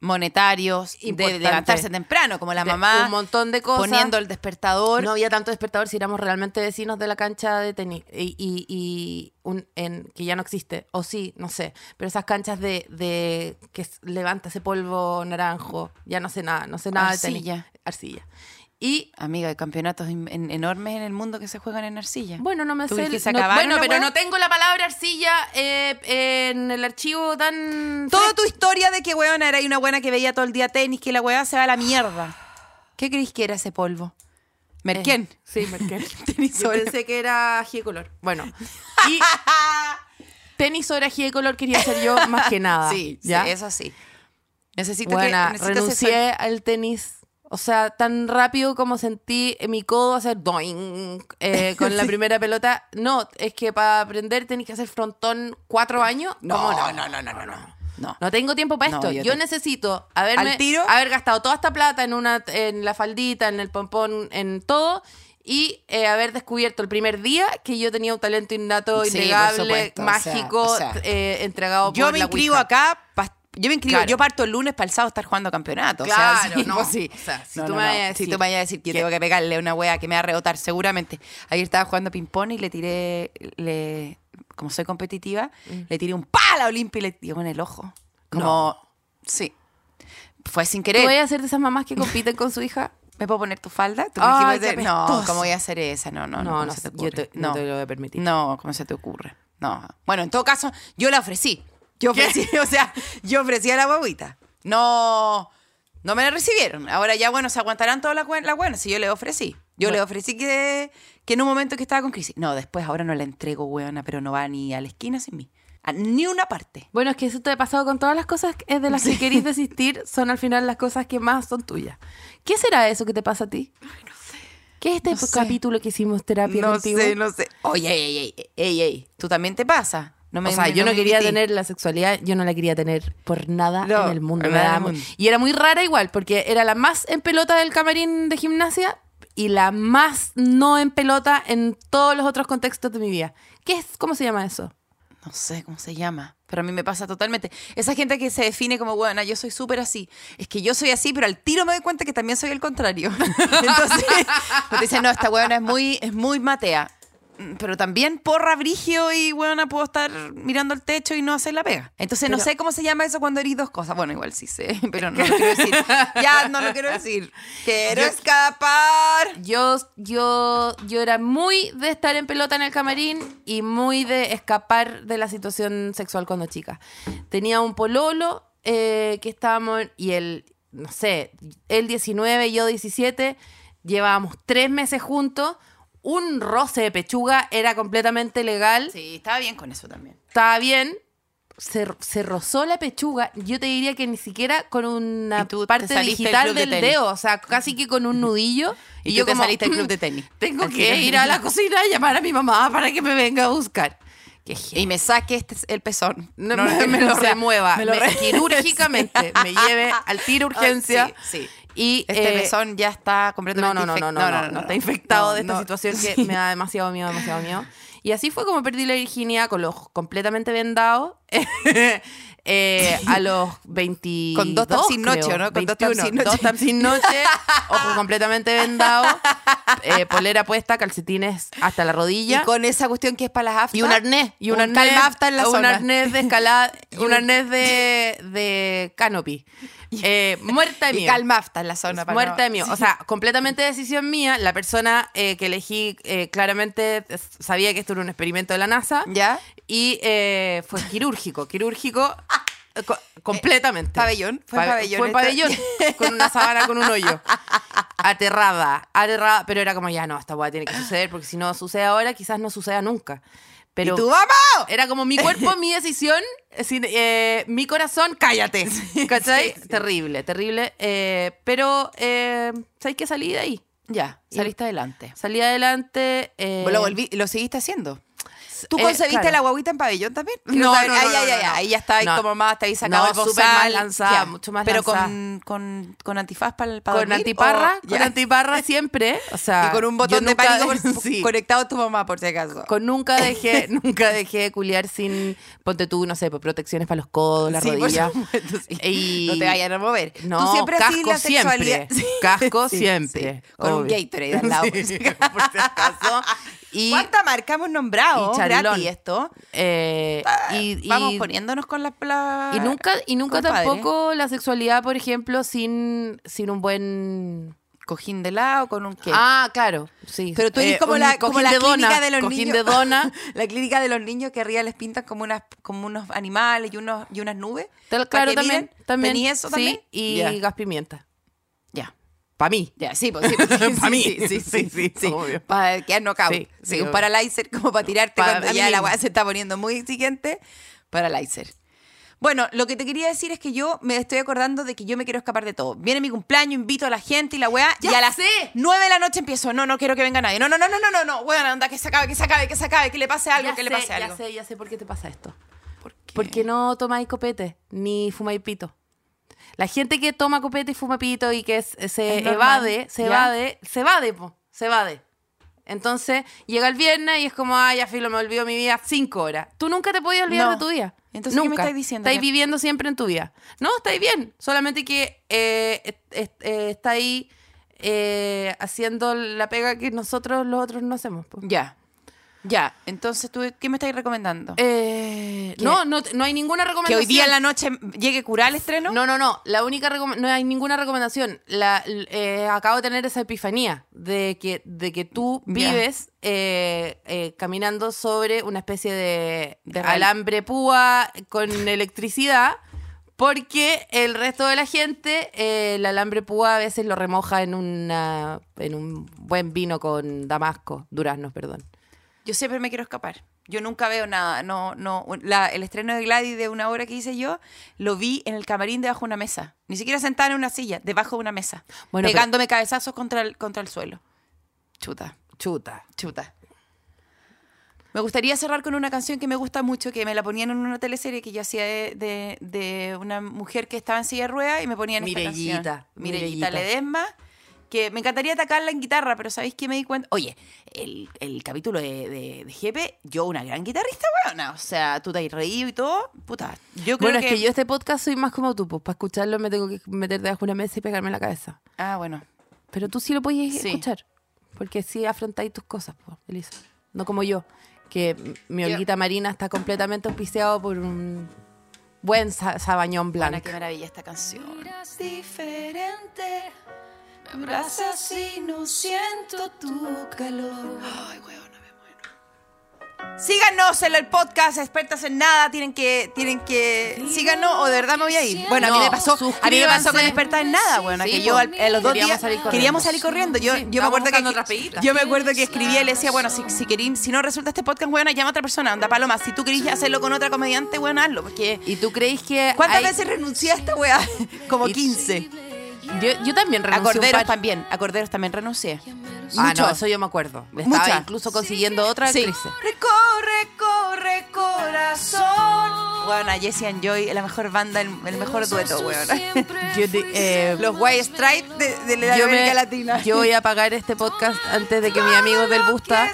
C: Monetarios, de
F: Importante.
C: levantarse temprano, como la
F: de
C: mamá
F: un montón de cosas.
C: poniendo el despertador.
F: No había tanto despertador si éramos realmente vecinos de la cancha de tenis. Y, y- y un- en, que ya no existe. O sí, no sé. Pero esas canchas de, de que s- levanta ese polvo naranjo. Ya no sé nada, no sé nada de tenis.
C: Arcilla.
F: Arcilla. Y
C: Amiga, hay campeonatos in- en- enormes en el mundo que se juegan en arcilla.
F: Bueno, no me
C: ¿Tú
F: sé.
C: crees que
F: el-
C: se
F: no-
C: acabaron
F: bueno,
C: la
F: pero
C: weá?
F: no tengo la palabra arcilla eh, en el archivo tan.
C: Toda tu historia de que weona era una buena que veía todo el día tenis, que la weona se va a la mierda. ¿Qué crees que era ese polvo? Merquén.
F: Sí, Merkel.
C: Tenis
F: Yo
C: sobre-
F: pensé que era ají de color. Bueno. Y tenis sobre ají de color quería ser yo más que nada.
C: Sí, sí,
F: Ah, ¿ya?
C: eso sí. Necesito
F: Buena,
C: que necesito ese sol-
F: renuncié al tenis. O sea, tan rápido como sentí mi codo hacer doing eh, con la primera pelota. No, es que para aprender tenés que hacer frontón cuatro años. ¿Cómo
C: No, no, no, no, no, no. No.
F: No tengo tiempo para
C: No,
F: esto.
C: yo
F: yo
C: te-
F: necesito haberme,
C: Al tiro.
F: haber gastado toda esta plata en una en la faldita, en el pompón, en todo y eh, haber descubierto el primer día que yo tenía un talento innato
C: Sí, por
F: innegable,
C: supuesto, o sea,
F: mágico,
C: o sea,
F: eh, entregado
C: Yo
F: por
C: me
F: la
C: inscribo
F: Ouija.
C: acá para Yo me inscribo,
F: Claro.
C: yo parto el lunes para el sábado estar jugando campeonato. o sea,
F: Claro,
C: sí,
F: no,
C: pues sí.
F: o sea, si
C: No,
F: tú
C: no,
F: me
C: no.
F: vayas
C: Si
F: a decir
C: tú me vayas a decir que,
F: que-
C: tengo que pegarle a una wea que me va a rebotar, seguramente. Ayer estaba jugando ping-pong y le tiré, le, como soy competitiva,
F: Mm.
C: le tiré un pala a Olimpia y le dio en el ojo. Como, sí. Fue sin
F: ¿Tú voy
C: querer.
F: a ser de esas mamás que compiten con su hija?
C: ¿Me puedo poner tu falda? ¿Tú
F: Ay,
C: me dijiste-
F: qué
C: no,
F: apestoso.
C: ¿cómo voy a hacer esa? No, no, no.
F: No,
C: ¿cómo
F: no,
C: se te
F: yo te-
C: ocurre?
F: no te lo voy a permitir.
C: No, ¿cómo se te ocurre? No. Bueno, en todo caso, yo la ofrecí. Yo ofrecí, o sea, yo ofrecí a la guaguita. No, no me la recibieron. Ahora ya, bueno, se aguantarán todas las buen- las buenas si yo le ofrecí. Yo le ofrecí que, que en un momento que estaba con crisis. No, después ahora no la entrego, weona, pero no va ni a la esquina sin mí. A ni una parte.
F: Bueno, es que eso te ha pasado con todas las cosas es de las que querís desistir, son al final las cosas que más son tuyas. ¿Qué será eso que te pasa a ti? ¿Qué es este
C: No sé.
F: capítulo que hicimos terapia
C: No
F: contigo?
C: sé, no sé. Oye, ey, ey, ey, ey, ey, tú también te pasa. No
F: o sea, yo no
C: me
F: quería
C: invití.
F: tener la sexualidad, yo no la quería tener por nada
C: No,
F: en el mundo.
C: por
F: me
C: nada
F: daba
C: en el
F: mu-
C: mundo.
F: Y era muy rara igual, porque era la más en pelota del camarín de gimnasia y la más no en pelota en todos los otros contextos de mi vida. ¿Qué es? ¿Cómo se llama eso?
C: no sé cómo se llama, pero a mí me pasa totalmente. Esa gente que se define como, bueno, yo soy súper así. Es que yo soy así, pero al tiro me doy cuenta que también soy el contrario. Entonces, pues dicen, no, esta weona es muy, es muy matea. Mm, Pero también porra brigio y weona puedo estar mirando el techo y no hacer la pega. Entonces no sé cómo se llama eso cuando eres dos cosas. Bueno, igual sí sé, pero no lo quiero decir. Ya no lo quiero decir. Quiero escapar.
F: Yo, yo, yo era muy de estar en pelota en el camarín y muy de escapar de la situación sexual cuando chica. Tenía un pololo eh, que estábamos, y él, no sé, él 19, yo 17, llevábamos tres meses juntos. Un roce de pechuga era completamente legal,
C: Sí, estaba bien con eso también.
F: estaba bien. Se, se rozó la pechuga, yo te diría que ni siquiera con
C: Y
F: una
C: tú te
F: parte
C: saliste del
F: digital
C: club de
F: del
C: tenis.
F: dedo, o sea, casi que con un nudillo.
C: Y, yo te
F: como,
C: saliste del club
F: "Mm,
C: de tenis.
F: tengo
C: Al
F: que
C: tiro.
F: ir a la cocina a llamar a mi mamá para que me venga a buscar. Que je-
C: y me saque este el pezón.
F: no, me, me lo Oh,
C: o sea,
F: remueva
C: me lo
F: me-
C: re-
F: quirúrgicamente. me lleve al tiro urgencia.
C: Ah, sí, sí.
F: Y,
C: Este
F: eh,
C: pezón ya está
F: no,
C: completamente
F: no, no, no, no,
C: infec-
F: no, no, está infectado
C: no,
F: de esta
C: no.
F: situación que
C: Sí.
F: me da demasiado miedo, demasiado miedo. Y así fue como perdí la virginidad con los ojos completamente vendados eh, a los 20
C: Con dos taps sin noche, ¿o no? Con dos taps sin noche.
F: Dos taps sin noche, ojos completamente vendados, eh, polera puesta, calcetines hasta la rodilla.
C: Y con esa cuestión que es para las aftas.
F: Y un arnés. Y un, arnés.
C: calma afta en la
F: un
C: zona.
F: arnés de escalada. un arnés de, de canopy. Eh, muerta de
C: Y
F: miedo.
C: calma afta en la zona. para
F: muerta
C: no-
F: de miedo. O sea, completamente decisión mía. La persona eh, que elegí eh, claramente s- sabía que esto era un experimento de la NASA.
C: ¿Ya?
F: Y eh, fue quirúrgico. Quirúrgico. eh, co- completamente.
C: Pabellón, fue
F: Pabe-
C: pabellón
F: Fue
C: esta-
F: pabellón. con una sábana con un hoyo. Aterrada, aterrada. Pero era como, ya no, esta hueá tiene que suceder, porque si no sucede ahora, quizás no suceda nunca. Pero
C: ¡Y tu mamá!
F: era como mi cuerpo, mi decisión, sin- eh, mi corazón, cállate. ¿Cachai? Terrible, terrible. eh, pero, eh, ¿sabes qué? Salí de ahí.
C: Ya, saliste adelante.
F: Salí adelante. eh,
C: lo, volví, lo seguiste haciendo. ¿Tú
F: eh,
C: concebiste
F: claro.
C: la guaguita en pabellón también?
F: No,
C: Quiero saber.
F: no, no,
C: Ay, ay,
F: no, no,
C: ay,
F: no.
C: Ahí ya está, ahí
F: No.
C: como más, te ahí sacado
F: No,
C: el bozal.
F: súper mal lanzada,
C: Ya.
F: mucho más
C: Pero
F: lanzada.
C: con, con, con antifaz para para
F: Con
C: dormir,
F: antiparra,
C: o-
F: con
C: ya.
F: antiparra siempre. O sea,
C: Y con un botón
F: yo
C: de
F: nunca-
C: pánico por-
F: Sí.
C: conectado a tu mamá, por si acaso.
F: Con nunca dejé, nunca dejé de culiar sin, ponte tú, no sé, protecciones para los codos, las
C: Sí, por
F: rodillas.
C: supuesto, sí.
F: Y-
C: No te vayan a mover.
F: No,
C: Tú siempre así
F: casco
C: la sexualidad.
F: siempre. Casco siempre.
C: Con un
F: obvio.
C: Gatorade al lado.
F: Sí, por si acaso. Y,
C: ¿Cuánta marca hemos nombrado?
F: y charlón.
C: Gratis esto.
F: eh, y, y-
C: Ah, Vamos poniéndonos con las... La...
F: y nunca, y nunca
C: compadre.
F: tampoco la sexualidad, por ejemplo, sin, sin un buen...
C: Cojín de lado, con un qué.
F: Ah, claro, sí.
C: Pero tú eres
F: Eh,
C: como
F: un
C: la, como
F: cojín
C: la
F: de
C: clínica
F: dona,
C: de los
F: cojín
C: niños.
F: de dona.
C: la clínica de los niños que arriba les pintan como, unas, como unos animales y, unos, y unas nubes. para
F: Tal- Claro,
C: que
F: también.
C: miren.
F: también
C: ¿Tení eso
F: sí,
C: también?
F: y
C: Ya.
F: gas pimienta.
C: Ya.
F: Para mí.
C: Ya, sí, pues sí. pues, sí,
F: Pa'
C: sí,
F: mí.
C: Sí, sí, sí.
F: Sí, sí, obvio.
C: Para quedar knockout. Sí,
F: Sí, sí,
C: un
F: obvio.
C: paralyzer como para tirarte
F: Pa-
C: cuando
F: a mí
C: ya la
F: misma.
C: weá se está poniendo muy exigente. Paralyzer. Bueno, lo que te quería decir es que yo me estoy acordando de que yo me quiero escapar de todo. Viene mi cumpleaños, invito a la gente y la weá. Y
F: ¡Ya
C: a las
F: sé!
C: 9 de la noche empiezo. No, no quiero que venga nadie. No, no, no, no, no, no, no. Weón, anda, que se acabe, que se acabe, que se acabe, que le pase algo,
F: Ya
C: que le
F: sé,
C: pase algo.
F: Ya sé, ya sé por qué te pasa esto.
C: ¿Por qué?
F: Porque no tomáis copete ni fumáis pito. La gente que toma copete y fuma pito y que es- se
C: normal,
F: evade, se
C: ¿ya?
F: evade, se evade, po, se evade. Entonces llega el viernes y es como, ay, ya filo, me olvido mi vida cinco horas. Tú nunca te podías olvidar
C: No.
F: de tu vida.
C: Entonces, ¿qué me
F: Nunca.
C: estáis diciendo?
F: Estáis viviendo siempre en tu vida. No, estáis bien. Solamente que eh, est- est- eh, estáis eh, haciendo la pega que nosotros los otros no hacemos. po.
C: Ya. Ya. Entonces, ¿tú qué me estáis recomendando?
F: Eh, no, no, te- no hay ninguna
C: que
F: recomendación.
C: hoy día en la noche llegue curada el estreno.
F: No, no, no. La única recom- no hay ninguna recomendación. La, l- eh, acabo de tener esa epifanía de que, de que tú
C: Ya.
F: vives eh, eh, caminando sobre una especie de,
C: De real-
F: alambre púa con electricidad, porque el resto de la gente eh, el alambre púa a veces lo remoja en una en un buen vino con damasco, duraznos, perdón.
C: Yo siempre me quiero escapar. Yo nunca veo nada. No, no. un- la- el estreno de Gladys de una hora que hice yo, lo vi en el camarín debajo de una mesa. Ni siquiera sentada en una silla, debajo de una mesa.
F: Bueno, pero-
C: pegándome cabezazos contra el, contra el suelo. Chuta,
F: Chuta.
C: Ah. chuta. Me gustaría cerrar con una canción que me gusta mucho, que me la ponían en una teleserie que yo hacía de, de- de una mujer que estaba en silla de ruedas y me ponían esta
F: Mirellita,
C: canción. Mirellita
F: Mirellita.
C: Ledesma, que me encantaría atacarla en guitarra, pero ¿sabéis qué me di cuenta? Oye, el, el capítulo de, de, de Jepe, yo una gran guitarrista, weona. O sea, tú te has reído y todo. Puta, yo creo
F: bueno, es que yo este podcast soy más como tú, pues para escucharlo me tengo que meter debajo de una mesa y pegarme en la cabeza.
C: Ah, bueno.
F: Pero tú sí lo podías
C: Sí.
F: escuchar. Porque sí afrontáis tus cosas, po, Elisa. No como yo, que m- mi
C: Yo-
F: olguita marina está completamente auspiciado por un buen sa- sabañón
C: Ana,
F: blanco.
C: qué maravilla esta canción.
G: diferente. Me abrazas y no siento tu calor.
C: Síganos en el podcast Expertas en Nada. Tienen que, tienen que. Síganos o de verdad me voy a ir. Bueno, a mí
F: No,
C: me pasó. A mí me pasó con
F: suscríbanse.
C: Expertas en Nada, bueno,
F: Sí,
C: que
F: po.
C: yo al- a los dos
F: Queríamos
C: días
F: salir corriendo.
C: queríamos salir corriendo. Yo,
F: Sí,
C: yo me
F: estábamos
C: acuerdo
F: buscando otras
C: que.
F: peguitas.
C: Yo me acuerdo que escribía y le decía, bueno, si, si querí- si no resulta este podcast, bueno, llama a otra persona. Anda, Paloma, si tú querís hacerlo con otra comediante, bueno, hazlo. Porque.
F: ¿Y tú creéis que
C: ¿Cuántas
F: hay-
C: veces renuncié a esta weá? Como
F: Y-
C: 15.
F: Yo, yo también
C: A
F: renuncié un
C: Corderos
F: par-
C: también. A Corderos también renuncié.
F: Ah,
C: Mucho.
F: no, eso yo me acuerdo. Estaba
C: Muchas.
F: incluso consiguiendo otra
C: Sí.
F: actriz.
C: Recorre, corre, corazón. Bueno, Jesse and Joy, la mejor banda, el, el mejor dueto, weón.
F: Yo te- eh,
C: Los White Stripes de, de la
F: yo,
C: América
F: me-
C: Latina.
F: yo voy a pagar este podcast antes de que mis amigos del Busta,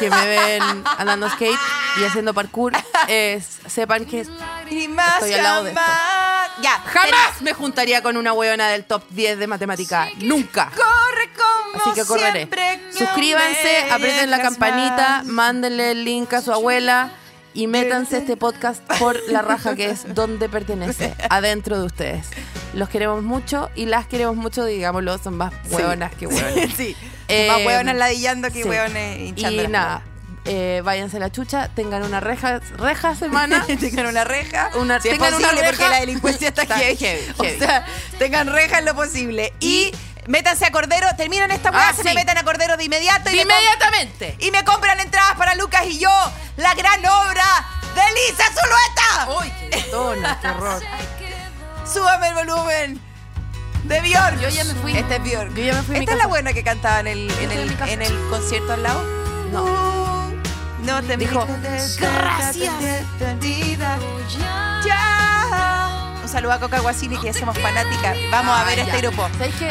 F: que me ven andando skate y haciendo parkour, es- sepan que
C: Y más
F: Estoy al lado de esto.
C: jamás- Ya.
F: Jamás me juntaría con una huevona del top 10 de matemática. Nunca.
C: Corre como
F: Así que correré.
C: siempre que
F: Suscríbanse,
C: me
F: aprieten la
C: dejas
F: campanita,
C: más.
F: mándenle el link a su abuela y métanse a este podcast por la raja que es donde pertenece, adentro de ustedes. Los queremos mucho y las queremos mucho, digámoslo, son más hueonas que hueones.
C: sí.
F: Eh,
C: más hueonas ladillando que
F: sí.
C: hueones hinchando.
F: Y
C: las
F: nada, eh, váyanse a la chucha, tengan una reja, reja semana.
C: pelotas. tengan una reja.
F: Una-
C: si es
F: tengan una
C: posible, porque
F: reja.
C: la delincuencia está
F: Está
C: heavy.
F: heavy,
C: O
F: heavy.
C: sea, tengan reja en lo posible. Y métanse a Cordero, terminan esta weá,
F: Ah,
C: se
F: sí.
C: me meten a Cordero de inmediato. y me comp-
F: Inmediatamente.
C: y me compran entradas para Lucas y yo, la gran obra de Elisa Zulueta.
F: ¡Uy, qué tona, qué horror!
C: Súbame el volumen de Bjork.
F: Yo ya me fui.
C: Este es Bjork.
F: Yo ya me fui a mi
C: Esta es la
F: casa.
C: buena que cantaba en el, en
F: fui a mi
C: el,
F: casa.
C: en el concierto al lado. No. No te
F: Dijo,
C: gracias. Ya. Un saludo a Coca Guasini, que ya somos fanáticas. Vamos a ver
F: Ah,
C: este
F: ya.
C: grupo.
F: ¿Sabes qué?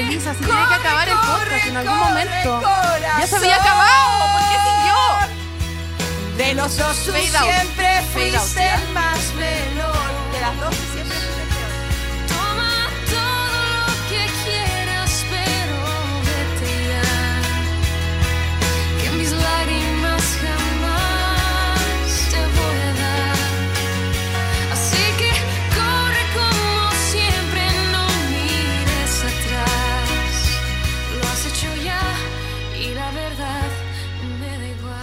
F: Elisa, si tiene que acabar el podcast en algún momento. Ya se había acabado, ¿por qué siguió?
C: De los dos tú
F: Fade out.
C: siempre
F: Fade out,
C: fuiste
F: ¿ya?
C: el más menor. De las dos tú siempre fuiste el peor.
G: Toma todo lo que quieras, pero vete ya. Que mis lágrimas jamás te voy a dar. Así que corre como siempre, no mires atrás. Lo has hecho ya y la verdad me da igual.